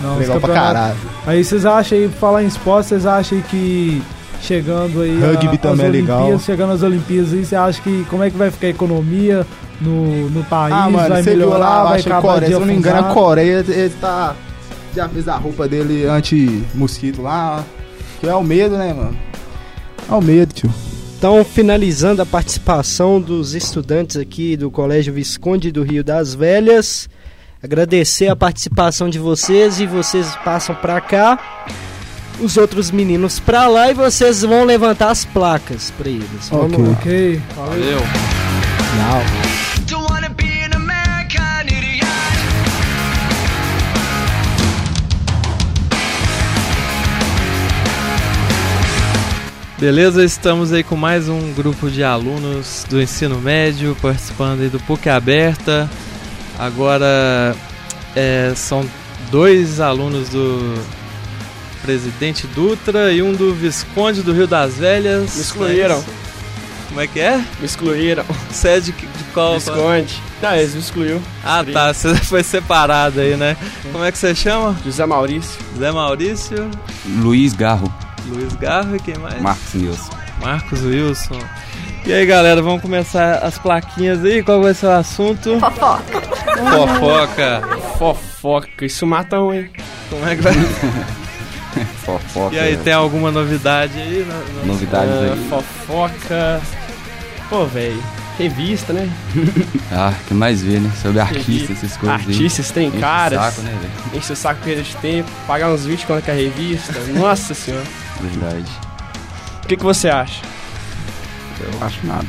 [SPEAKER 31] Não, os
[SPEAKER 30] legal pra
[SPEAKER 31] campeonatos-
[SPEAKER 30] caralho.
[SPEAKER 31] Aí vocês acham aí, pra falar em esporte, vocês acham que chegando aí
[SPEAKER 30] Rugby também é
[SPEAKER 31] as
[SPEAKER 30] legal.
[SPEAKER 31] Olimpíadas, chegando às Olimpíadas aí, você acha que como é que vai ficar a economia no, no país?
[SPEAKER 30] ah, mano,
[SPEAKER 31] vai
[SPEAKER 30] você viu lá,
[SPEAKER 31] melhorar, vai
[SPEAKER 30] acho que a
[SPEAKER 31] acabar
[SPEAKER 30] Coreia,
[SPEAKER 31] de
[SPEAKER 30] se eu não me engano, a
[SPEAKER 31] afundar?
[SPEAKER 30] Coreia ele tá. Já fez a roupa dele anti-mosquito lá. Que é o medo, né, mano? É o medo, tio.
[SPEAKER 3] Então, finalizando a participação dos estudantes aqui do Colégio Visconde do Rio das Velhas, agradecer a participação de vocês e vocês passam pra cá, os outros meninos pra lá e vocês vão levantar as placas pra eles. Vamos
[SPEAKER 30] Ok.
[SPEAKER 3] lá.
[SPEAKER 31] Ok,
[SPEAKER 18] valeu.
[SPEAKER 17] Beleza, estamos aí com mais um grupo de alunos do ensino médio participando aí do PUC Aberta. Agora é, são dois alunos do Presidente Dutra e um do Visconde do Rio das Velhas.
[SPEAKER 4] Me excluíram.
[SPEAKER 17] Como é que é?
[SPEAKER 4] Me excluíram.
[SPEAKER 17] Você é de, que- de qual? Tá,
[SPEAKER 4] Visconde. Não, eles me excluiu.
[SPEAKER 17] Ah, tá. Você [laughs] foi separado aí, né? Como é que você chama?
[SPEAKER 4] José Maurício.
[SPEAKER 17] Zé Maurício,
[SPEAKER 18] Luiz Garro,
[SPEAKER 17] Luiz Garro e quem mais?
[SPEAKER 18] Marcos Nilson.
[SPEAKER 17] Marcos Wilson. E aí, galera, vamos começar as plaquinhas aí? Qual vai ser o assunto?
[SPEAKER 4] Fofoca.
[SPEAKER 17] Fofoca.
[SPEAKER 4] Fofoca. Isso matão, hein?
[SPEAKER 17] Como é que vai?
[SPEAKER 4] [laughs]
[SPEAKER 18] Fofoca.
[SPEAKER 17] E aí, tem alguma novidade aí?
[SPEAKER 18] Novidades
[SPEAKER 4] Ah,
[SPEAKER 18] aí.
[SPEAKER 4] Fofoca. Pô, velho. Revista, né?
[SPEAKER 18] Ah, que mais ver, né? Sobre artistas, essas coisas aí.
[SPEAKER 4] Artistas tem
[SPEAKER 18] Enche o
[SPEAKER 4] caras.
[SPEAKER 18] saco, né, velho?
[SPEAKER 4] Enche o saco perda de tempo. Pagar uns 20 conto com a é revista. Nossa senhora.
[SPEAKER 18] Verdade.
[SPEAKER 4] O que, que você acha?
[SPEAKER 18] Eu não acho nada.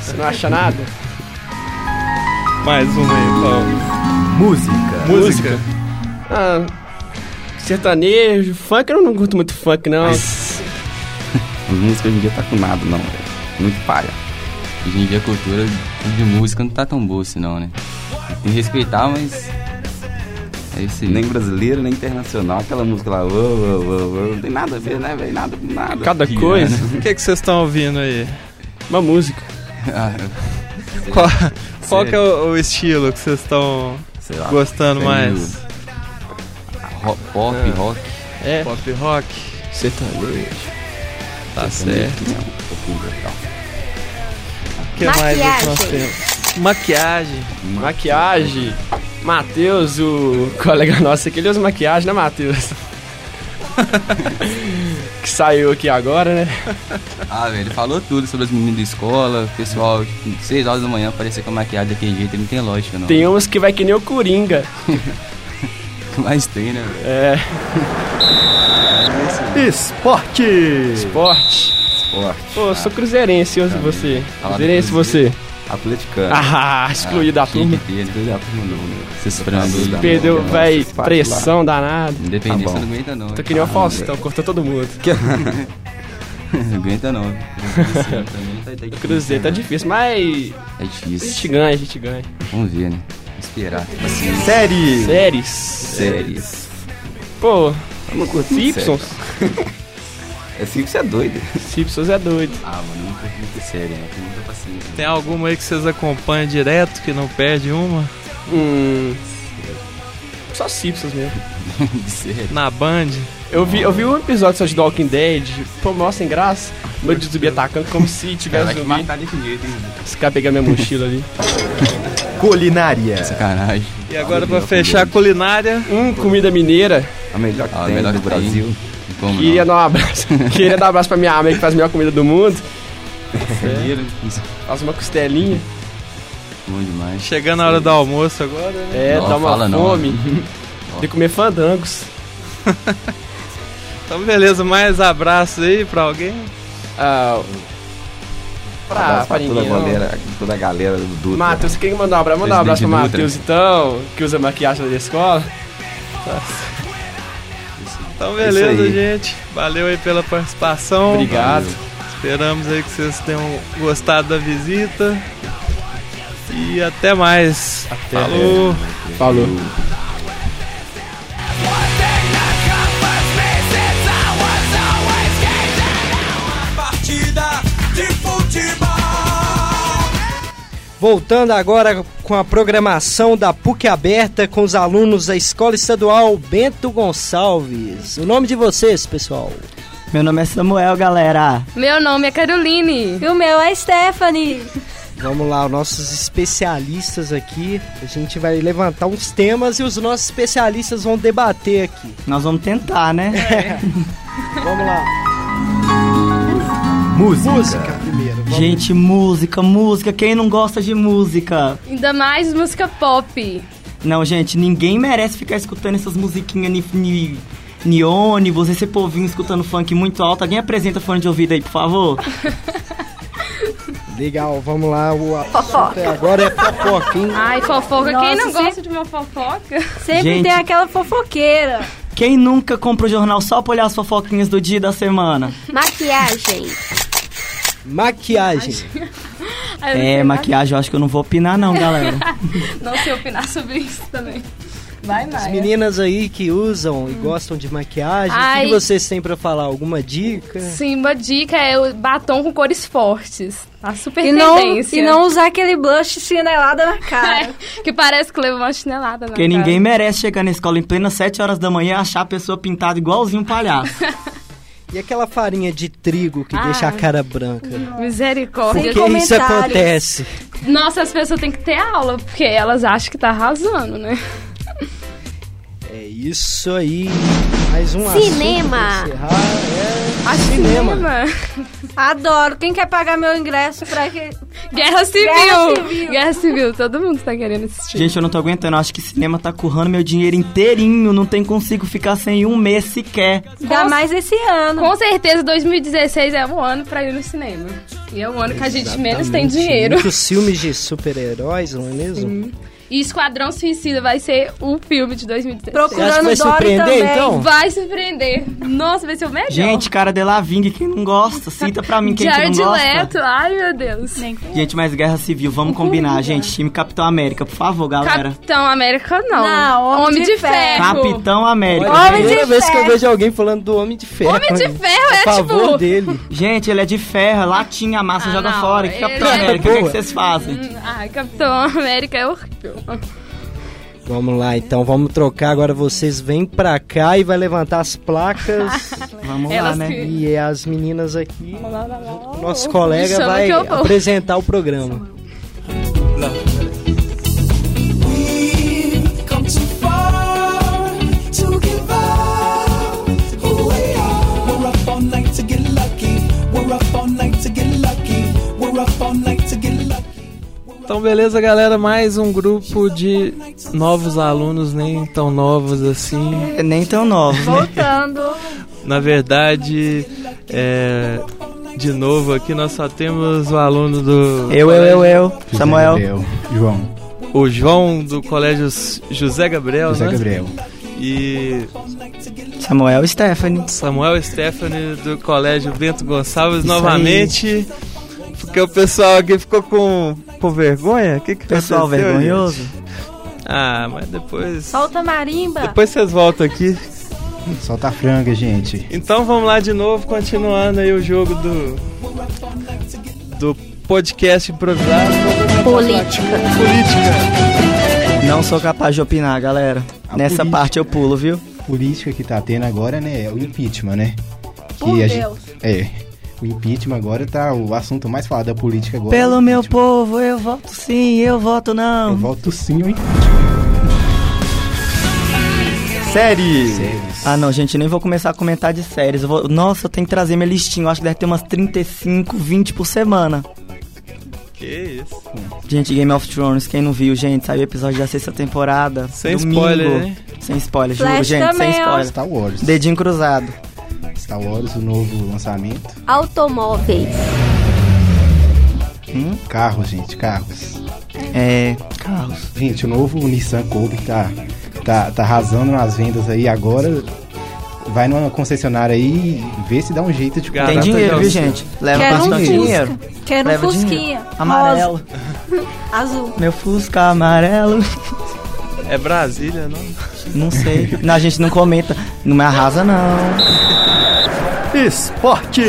[SPEAKER 4] Você não acha nada?
[SPEAKER 17] Mais uma aí, então.
[SPEAKER 18] Música.
[SPEAKER 4] Música. Ah, sertanejo, funk, eu não curto muito funk, não.
[SPEAKER 18] As músicas hoje em dia tá com nada, não, velho. Muito palha. Hoje em dia a cultura de música não tá tão boa assim, não, né? Tem que respeitar, mas. É isso aí.
[SPEAKER 22] Nem brasileiro, nem internacional. Aquela música lá, ô, ô, ô, ô, não tem nada a ver, né, velho? Nada, nada.
[SPEAKER 4] Cada
[SPEAKER 22] Que
[SPEAKER 4] coisa.
[SPEAKER 18] né?
[SPEAKER 22] grana.
[SPEAKER 17] O que, que vocês estão ouvindo aí?
[SPEAKER 4] Uma música.
[SPEAKER 18] Ah,
[SPEAKER 17] qual qual que é o, o estilo que vocês estão
[SPEAKER 18] lá,
[SPEAKER 17] gostando
[SPEAKER 18] tem
[SPEAKER 17] mais?
[SPEAKER 18] Ro- Pop,
[SPEAKER 17] Ah.
[SPEAKER 18] rock.
[SPEAKER 4] É.
[SPEAKER 17] Pop rock.
[SPEAKER 18] Sertanejo.
[SPEAKER 17] Tá certo.
[SPEAKER 18] Sertanejo, não, um pouquinho legal.
[SPEAKER 17] O que mais nós temos? Maquiagem.
[SPEAKER 4] Maquiagem. Matheus, o colega nosso aqui, ele usa maquiagem, né, Matheus? [laughs] que saiu aqui agora, né?
[SPEAKER 18] Ah, velho, ele falou tudo sobre as meninas da escola, o pessoal, 6 horas da manhã, aparecer com a maquiagem daquele jeito, não tem lógica, não.
[SPEAKER 4] Tem umas que vai que nem o Coringa.
[SPEAKER 18] [laughs] Mas tem, né, velho?
[SPEAKER 4] É.
[SPEAKER 22] Esporte!
[SPEAKER 4] Esporte.
[SPEAKER 22] Esporte.
[SPEAKER 4] Pô, eu sou cruzeirense, eu uso você.
[SPEAKER 18] Falar do
[SPEAKER 4] Cruzeirense você.
[SPEAKER 22] Atleticano.
[SPEAKER 4] Ah, excluído da
[SPEAKER 18] tinha
[SPEAKER 4] turma.
[SPEAKER 18] que ter, Excluído da turma, não, né? Vocês
[SPEAKER 4] Perdeu, vai, pressão danada.
[SPEAKER 18] Independência
[SPEAKER 4] Tá bom.
[SPEAKER 18] não aguenta, não.
[SPEAKER 4] Tô que nem o Faustão, cortou todo
[SPEAKER 18] [laughs]
[SPEAKER 4] mundo.
[SPEAKER 18] [laughs] Não aguenta, não. Independência também tá- tá
[SPEAKER 4] O Cruzeiro tá difícil, mas a
[SPEAKER 18] É
[SPEAKER 4] gente
[SPEAKER 18] difícil.
[SPEAKER 4] ganha, a gente ganha.
[SPEAKER 18] Vamos ver, né? Esperar.
[SPEAKER 22] Séries.
[SPEAKER 4] Séries.
[SPEAKER 22] Séries.
[SPEAKER 4] Pô,
[SPEAKER 22] Eu não curto muito
[SPEAKER 4] Simpsons.
[SPEAKER 18] [laughs]
[SPEAKER 22] É Simpsons é doido.
[SPEAKER 4] Simpsons é doido.
[SPEAKER 18] Ah, mano, não curto muito sério, né? Tem muita paciência.
[SPEAKER 17] Tem alguma aí que vocês acompanham direto, que não perde uma?
[SPEAKER 4] Hum. Só Simpsons mesmo.
[SPEAKER 18] Sério.
[SPEAKER 17] Na Band?
[SPEAKER 4] Eu vi, eu vi um episódio só de The Walking Dead, pô, mó sem graça. Meu de zumbi atacando como se tivesse
[SPEAKER 18] Caraca,
[SPEAKER 4] zumbi.
[SPEAKER 18] matar desse jeito, hein?
[SPEAKER 4] Esse cara pegando minha mochila ali.
[SPEAKER 22] [laughs] Culinária.
[SPEAKER 18] Sacanagem.
[SPEAKER 17] E agora pra fechar a culinária.
[SPEAKER 4] Hum, comida mineira.
[SPEAKER 22] A melhor que
[SPEAKER 18] Ah,
[SPEAKER 22] tem
[SPEAKER 18] melhor
[SPEAKER 22] do
[SPEAKER 18] que tem.
[SPEAKER 22] Brasil.
[SPEAKER 18] Como
[SPEAKER 4] tá Queria dar um
[SPEAKER 18] [laughs]
[SPEAKER 4] abraço. Queria dar um abraço pra minha mãe que faz a melhor comida do mundo.
[SPEAKER 18] Primeiro,
[SPEAKER 4] Faz uma
[SPEAKER 18] [laughs]
[SPEAKER 4] costelinha.
[SPEAKER 18] bom demais.
[SPEAKER 17] Chegando a hora do almoço agora, né?
[SPEAKER 4] É,
[SPEAKER 18] Não,
[SPEAKER 4] dá uma
[SPEAKER 18] fala não. né?
[SPEAKER 4] fome. De comer fandangos.
[SPEAKER 17] Então beleza, mais abraço aí pra alguém.
[SPEAKER 4] Ah, pra,
[SPEAKER 22] Abraço
[SPEAKER 4] pra
[SPEAKER 22] pra toda a
[SPEAKER 4] ninguém. não.
[SPEAKER 22] galera, toda a galera do Dutra.
[SPEAKER 4] Tá, Matheus, você quer mandar um abraço? Manda um abraço pro
[SPEAKER 22] Presidente
[SPEAKER 4] Matheus então, que usa maquiagem da escola. Tá
[SPEAKER 17] Então
[SPEAKER 4] É isso
[SPEAKER 17] beleza,
[SPEAKER 4] aí.
[SPEAKER 17] gente. Valeu aí pela participação.
[SPEAKER 4] Obrigado.
[SPEAKER 17] Esperamos aí que vocês tenham gostado da visita. E até mais. Falou.
[SPEAKER 4] Falou.
[SPEAKER 1] Partida de futebol.
[SPEAKER 3] Voltando agora com a programação da PUC aberta com os alunos da Escola Estadual Bento Gonçalves. O nome de vocês, pessoal?
[SPEAKER 19] Meu nome é Samuel, galera.
[SPEAKER 10] Meu nome é Caroline. E o meu é Stephanie.
[SPEAKER 3] Vamos lá, os nossos especialistas aqui. A gente vai levantar uns temas e os nossos especialistas vão debater aqui. É.
[SPEAKER 19] Nós vamos tentar, né?
[SPEAKER 3] Vamos lá.
[SPEAKER 19] Música.
[SPEAKER 3] primeiro. vamos-
[SPEAKER 19] Gente, música, música. Quem não gosta de música?
[SPEAKER 10] Ainda mais música pop.
[SPEAKER 19] Não, gente, ninguém merece ficar escutando essas musiquinhas ni, ni, ni ônibus, esse povinho escutando funk muito alto. Alguém apresenta fone de ouvido aí, por favor?
[SPEAKER 3] Legal, vamos lá. O
[SPEAKER 19] Fofoca.
[SPEAKER 3] assunto é agora é
[SPEAKER 10] [laughs]
[SPEAKER 3] fofoca, hein?
[SPEAKER 10] Ai, fofoca. Quem
[SPEAKER 5] Nossa,
[SPEAKER 10] não
[SPEAKER 5] sempre-
[SPEAKER 10] gosta de uma fofoca?
[SPEAKER 19] Sempre Gente. tem
[SPEAKER 5] aquela fofoqueira.
[SPEAKER 19] Quem nunca compra o jornal só pra olhar as fofoquinhas do dia e da semana?
[SPEAKER 5] Maquiagem.
[SPEAKER 3] Maquiagem.
[SPEAKER 10] Ai, eu não sei
[SPEAKER 19] É,
[SPEAKER 10] nada. [laughs]
[SPEAKER 19] maquiagem eu acho que eu não vou opinar não, galera.
[SPEAKER 10] Não sei opinar sobre isso também.
[SPEAKER 28] Vai,
[SPEAKER 3] As
[SPEAKER 28] Maia.
[SPEAKER 3] meninas aí que usam e gostam de maquiagem, o que
[SPEAKER 10] Ai.
[SPEAKER 3] que vocês têm pra falar? Alguma dica?
[SPEAKER 10] Sim, uma dica é o batom com cores fortes. A super
[SPEAKER 28] E não,
[SPEAKER 10] tendência.
[SPEAKER 28] e não usar aquele blush chinelada na cara.
[SPEAKER 10] [laughs] que parece que leva uma chinelada, não.
[SPEAKER 19] Porque ninguém merece chegar na escola em plena 7 horas da manhã e achar a pessoa pintada igualzinho um palhaço.
[SPEAKER 3] E aquela farinha de trigo que
[SPEAKER 10] Ah.
[SPEAKER 3] deixa a cara branca? Por
[SPEAKER 10] Misericórdia.
[SPEAKER 3] que
[SPEAKER 19] é
[SPEAKER 3] isso acontece?
[SPEAKER 10] Nossa, as pessoas têm que ter aula, porque elas acham que tá arrasando, né?
[SPEAKER 3] É isso aí. Mais um
[SPEAKER 28] Cinema.
[SPEAKER 3] assunto pra encerrar. É cinema.
[SPEAKER 28] Adoro. Quem quer pagar meu ingresso pra que...
[SPEAKER 10] Guerra Civil.
[SPEAKER 28] Guerra Civil.
[SPEAKER 10] Guerra Civil, todo mundo tá querendo assistir.
[SPEAKER 19] Gente, eu não tô aguentando. eu Acho que cinema tá currando meu dinheiro inteirinho. Não tem consigo ficar sem um mês sequer.
[SPEAKER 28] Ainda mais esse ano.
[SPEAKER 10] Com certeza, 2016 é um ano pra ir no cinema. E é um ano que a gente menos tem
[SPEAKER 3] Exatamente.
[SPEAKER 10] dinheiro.
[SPEAKER 3] Tá Muitos filmes de super-heróis, não é mesmo?
[SPEAKER 10] E Esquadrão Suicida vai ser o filme de 2016.
[SPEAKER 3] Você acha que vai Dory surpreender, também. então?
[SPEAKER 10] Vai surpreender. Nossa, vai ser
[SPEAKER 3] É
[SPEAKER 10] o melhor.
[SPEAKER 19] Gente, cara de Lavigne, quem não gosta? Cita pra mim quem que
[SPEAKER 10] Jared
[SPEAKER 19] não gosta.
[SPEAKER 10] Leto, ai meu Deus.
[SPEAKER 19] Gente, mas Guerra Civil, vamos
[SPEAKER 3] Uhum.
[SPEAKER 19] combinar, gente. Time Capitão América, por favor, galera.
[SPEAKER 10] Capitão Então, América não.
[SPEAKER 28] Não, Homem de
[SPEAKER 10] Ferro.
[SPEAKER 19] Capitão América.
[SPEAKER 3] Olha, é a primeira vez que eu vejo alguém falando do Homem de Ferro.
[SPEAKER 10] Homem de
[SPEAKER 3] né?
[SPEAKER 10] Ferro é
[SPEAKER 3] a favor
[SPEAKER 10] tipo-
[SPEAKER 3] dele.
[SPEAKER 19] Gente, ele é de ferro, é latinha, a massa
[SPEAKER 10] Ah,
[SPEAKER 19] joga
[SPEAKER 10] não,
[SPEAKER 19] fora. Que
[SPEAKER 10] ele
[SPEAKER 19] Capitão
[SPEAKER 10] é-
[SPEAKER 19] América, o que, é que
[SPEAKER 3] Boa.
[SPEAKER 19] vocês fazem?
[SPEAKER 10] Ai, Hum, ah, Capitão América é horrível.
[SPEAKER 3] Vamos lá, então. Vamos trocar. Agora vocês vêm pra cá e vai levantar as placas.
[SPEAKER 19] vamos
[SPEAKER 10] Elas né? que-
[SPEAKER 3] E as meninas aqui. o Nosso
[SPEAKER 10] Me
[SPEAKER 3] colega
[SPEAKER 10] chama
[SPEAKER 3] vai
[SPEAKER 10] que eu vou.
[SPEAKER 3] apresentar o programa.
[SPEAKER 8] We've come too far to give up who we are. We're up all night to get lucky. We're up all night to get lucky. We're up all night to get lucky.
[SPEAKER 17] Então, beleza, galera. Mais um grupo de novos alunos, nem tão novos assim.
[SPEAKER 19] É nem tão novos,
[SPEAKER 28] Voltando.
[SPEAKER 17] Na verdade, é, de novo aqui nós só temos o aluno do.
[SPEAKER 19] Eu, eu, eu, eu. Samuel.
[SPEAKER 17] João. O João do colégio S- José Gabriel.
[SPEAKER 19] José
[SPEAKER 17] né?
[SPEAKER 19] Gabriel.
[SPEAKER 17] E
[SPEAKER 19] Samuel Stephanie.
[SPEAKER 17] Samuel Stephanie do colégio Bento Gonçalves
[SPEAKER 19] Isso
[SPEAKER 17] novamente. Porque o pessoal aqui ficou com, com vergonha? O que, que
[SPEAKER 19] Pessoal
[SPEAKER 17] aconteceu,
[SPEAKER 19] vergonhoso?
[SPEAKER 17] gente? Ah, mas depois.
[SPEAKER 28] Solta a marimba.
[SPEAKER 17] Depois vocês voltam aqui.
[SPEAKER 30] Solta a franga, gente.
[SPEAKER 17] Então vamos lá de novo, continuando aí o jogo do do podcast improvisado.
[SPEAKER 4] Política.
[SPEAKER 19] Não sou capaz de opinar, galera. Nessa
[SPEAKER 22] política.
[SPEAKER 19] parte eu pulo, viu?
[SPEAKER 22] política que tá tendo agora, né, é o impeachment, né?
[SPEAKER 19] Por
[SPEAKER 22] a
[SPEAKER 19] Deus.
[SPEAKER 22] gente- é. O impeachment agora tá o assunto mais falado da política agora.
[SPEAKER 19] Pelo meu povo, eu voto sim, eu voto não.
[SPEAKER 22] Eu voto sim, hein?
[SPEAKER 19] Séries. Ah, não, gente, eu nem vou começar a comentar de séries. Eu vou- Nossa, eu tenho que trazer minha listinha. Eu acho que deve ter umas 35, 20 por semana.
[SPEAKER 17] Que isso?
[SPEAKER 19] Gente, Game of Thrones, quem não viu, gente, saiu o episódio da sexta temporada.
[SPEAKER 17] Sem
[SPEAKER 19] domingo.
[SPEAKER 17] spoiler, hein?
[SPEAKER 19] Sem spoiler, juro,
[SPEAKER 28] Flash
[SPEAKER 19] gente,
[SPEAKER 28] também,
[SPEAKER 19] sem
[SPEAKER 28] ó.
[SPEAKER 19] spoiler.
[SPEAKER 22] Star Wars.
[SPEAKER 19] Dedinho cruzado.
[SPEAKER 22] Star Wars, o novo lançamento.
[SPEAKER 4] Automóveis.
[SPEAKER 22] Hum? Carros, gente, carros.
[SPEAKER 19] Hum? É, carros.
[SPEAKER 22] Gente, o novo Nissan Kobe que tá, tá, tá arrasando nas vendas aí agora. Vai numa concessionária aí e vê se dá um jeito de
[SPEAKER 19] Tem dinheiro, viu, gente? Leva
[SPEAKER 22] Quero um
[SPEAKER 19] bastante
[SPEAKER 22] Fusca.
[SPEAKER 19] dinheiro.
[SPEAKER 28] Quero
[SPEAKER 19] Leva
[SPEAKER 28] um
[SPEAKER 19] dinheiro.
[SPEAKER 28] fusquinha.
[SPEAKER 19] Amarelo.
[SPEAKER 28] Rosa. Azul.
[SPEAKER 19] Meu Fusca amarelo.
[SPEAKER 17] É Brasília, não?
[SPEAKER 19] Não sei. não, a gente não comenta. Não me arrasa, não. Esporte.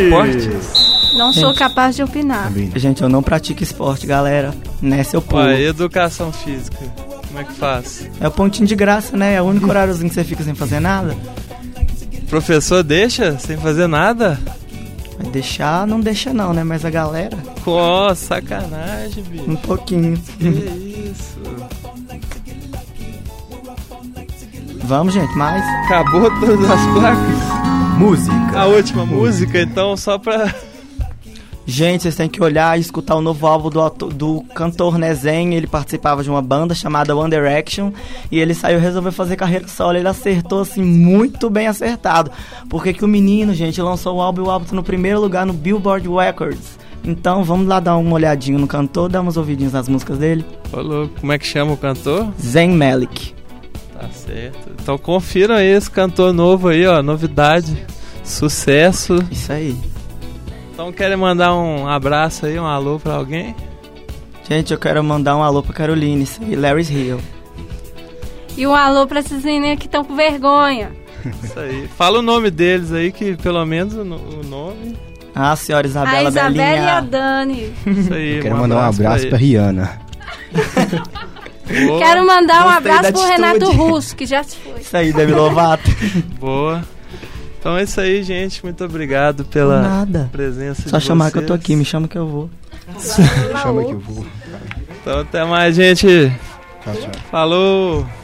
[SPEAKER 28] Não sou
[SPEAKER 19] Gente.
[SPEAKER 28] capaz de opinar.
[SPEAKER 19] Gente, eu não pratico esporte, galera. Né, Nessa eu pulo.
[SPEAKER 17] Ó, educação física. Como é que faz?
[SPEAKER 19] É o pontinho de graça, né? É o único horáriozinho que você fica sem fazer nada.
[SPEAKER 17] Professor deixa sem fazer nada?
[SPEAKER 19] Vai deixar, não deixa não, né? Mas a galera,
[SPEAKER 17] Ó, sacanagem, bicho.
[SPEAKER 19] um pouquinho.
[SPEAKER 17] Que isso?
[SPEAKER 19] Vamos, gente, mais.
[SPEAKER 17] Acabou todas as placas.
[SPEAKER 19] Música.
[SPEAKER 17] A última música, então, só pra.
[SPEAKER 19] Gente, vocês têm que olhar e escutar o novo álbum do, auto- do cantor Nezen. Ele participava de uma banda chamada One Direction. E ele saiu e resolveu fazer carreira solo. Ele acertou, assim, muito bem acertado. Porque que o menino, gente, lançou o álbum e o álbum tá no primeiro lugar no Billboard Records. Então vamos lá dar uma olhadinha no cantor, dar uns ouvidinhos nas músicas dele.
[SPEAKER 17] Ô, louco, como é que chama o cantor?
[SPEAKER 19] Zen Malik.
[SPEAKER 17] Tá certo. Então confiram aí esse cantor novo aí, ó. Novidade. Sucesso.
[SPEAKER 19] Isso aí.
[SPEAKER 17] Então querem mandar um abraço aí, um alô pra alguém?
[SPEAKER 19] Gente, eu quero mandar um alô pra Caroline e Larry's Hill.
[SPEAKER 13] E um alô pra esses meninos que estão com vergonha.
[SPEAKER 17] Isso aí. Fala o nome deles aí, que pelo menos o, no- o nome.
[SPEAKER 19] Ah, senhora Isabela
[SPEAKER 13] a Isabela e
[SPEAKER 19] Belinha.
[SPEAKER 13] a
[SPEAKER 19] [laughs]
[SPEAKER 13] Dani.
[SPEAKER 17] Isso aí,
[SPEAKER 22] Eu quero mandar um abraço pra
[SPEAKER 17] ele.
[SPEAKER 22] Rihanna.
[SPEAKER 13] Quero mandar um
[SPEAKER 19] Gostei
[SPEAKER 13] abraço
[SPEAKER 19] da
[SPEAKER 13] pro
[SPEAKER 19] atitude.
[SPEAKER 13] Renato Russo, que já se foi.
[SPEAKER 19] Isso aí, Demi Lovato.
[SPEAKER 17] Boa. Então é isso aí, gente. Muito obrigado pela
[SPEAKER 19] Nada.
[SPEAKER 17] presença
[SPEAKER 19] Só
[SPEAKER 17] de
[SPEAKER 19] chamar que
[SPEAKER 17] vocês.
[SPEAKER 19] eu tô aqui, me chama que eu vou.
[SPEAKER 22] Chama que eu vou.
[SPEAKER 17] Então até mais, gente.
[SPEAKER 22] Tchau, tchau.
[SPEAKER 17] Falou.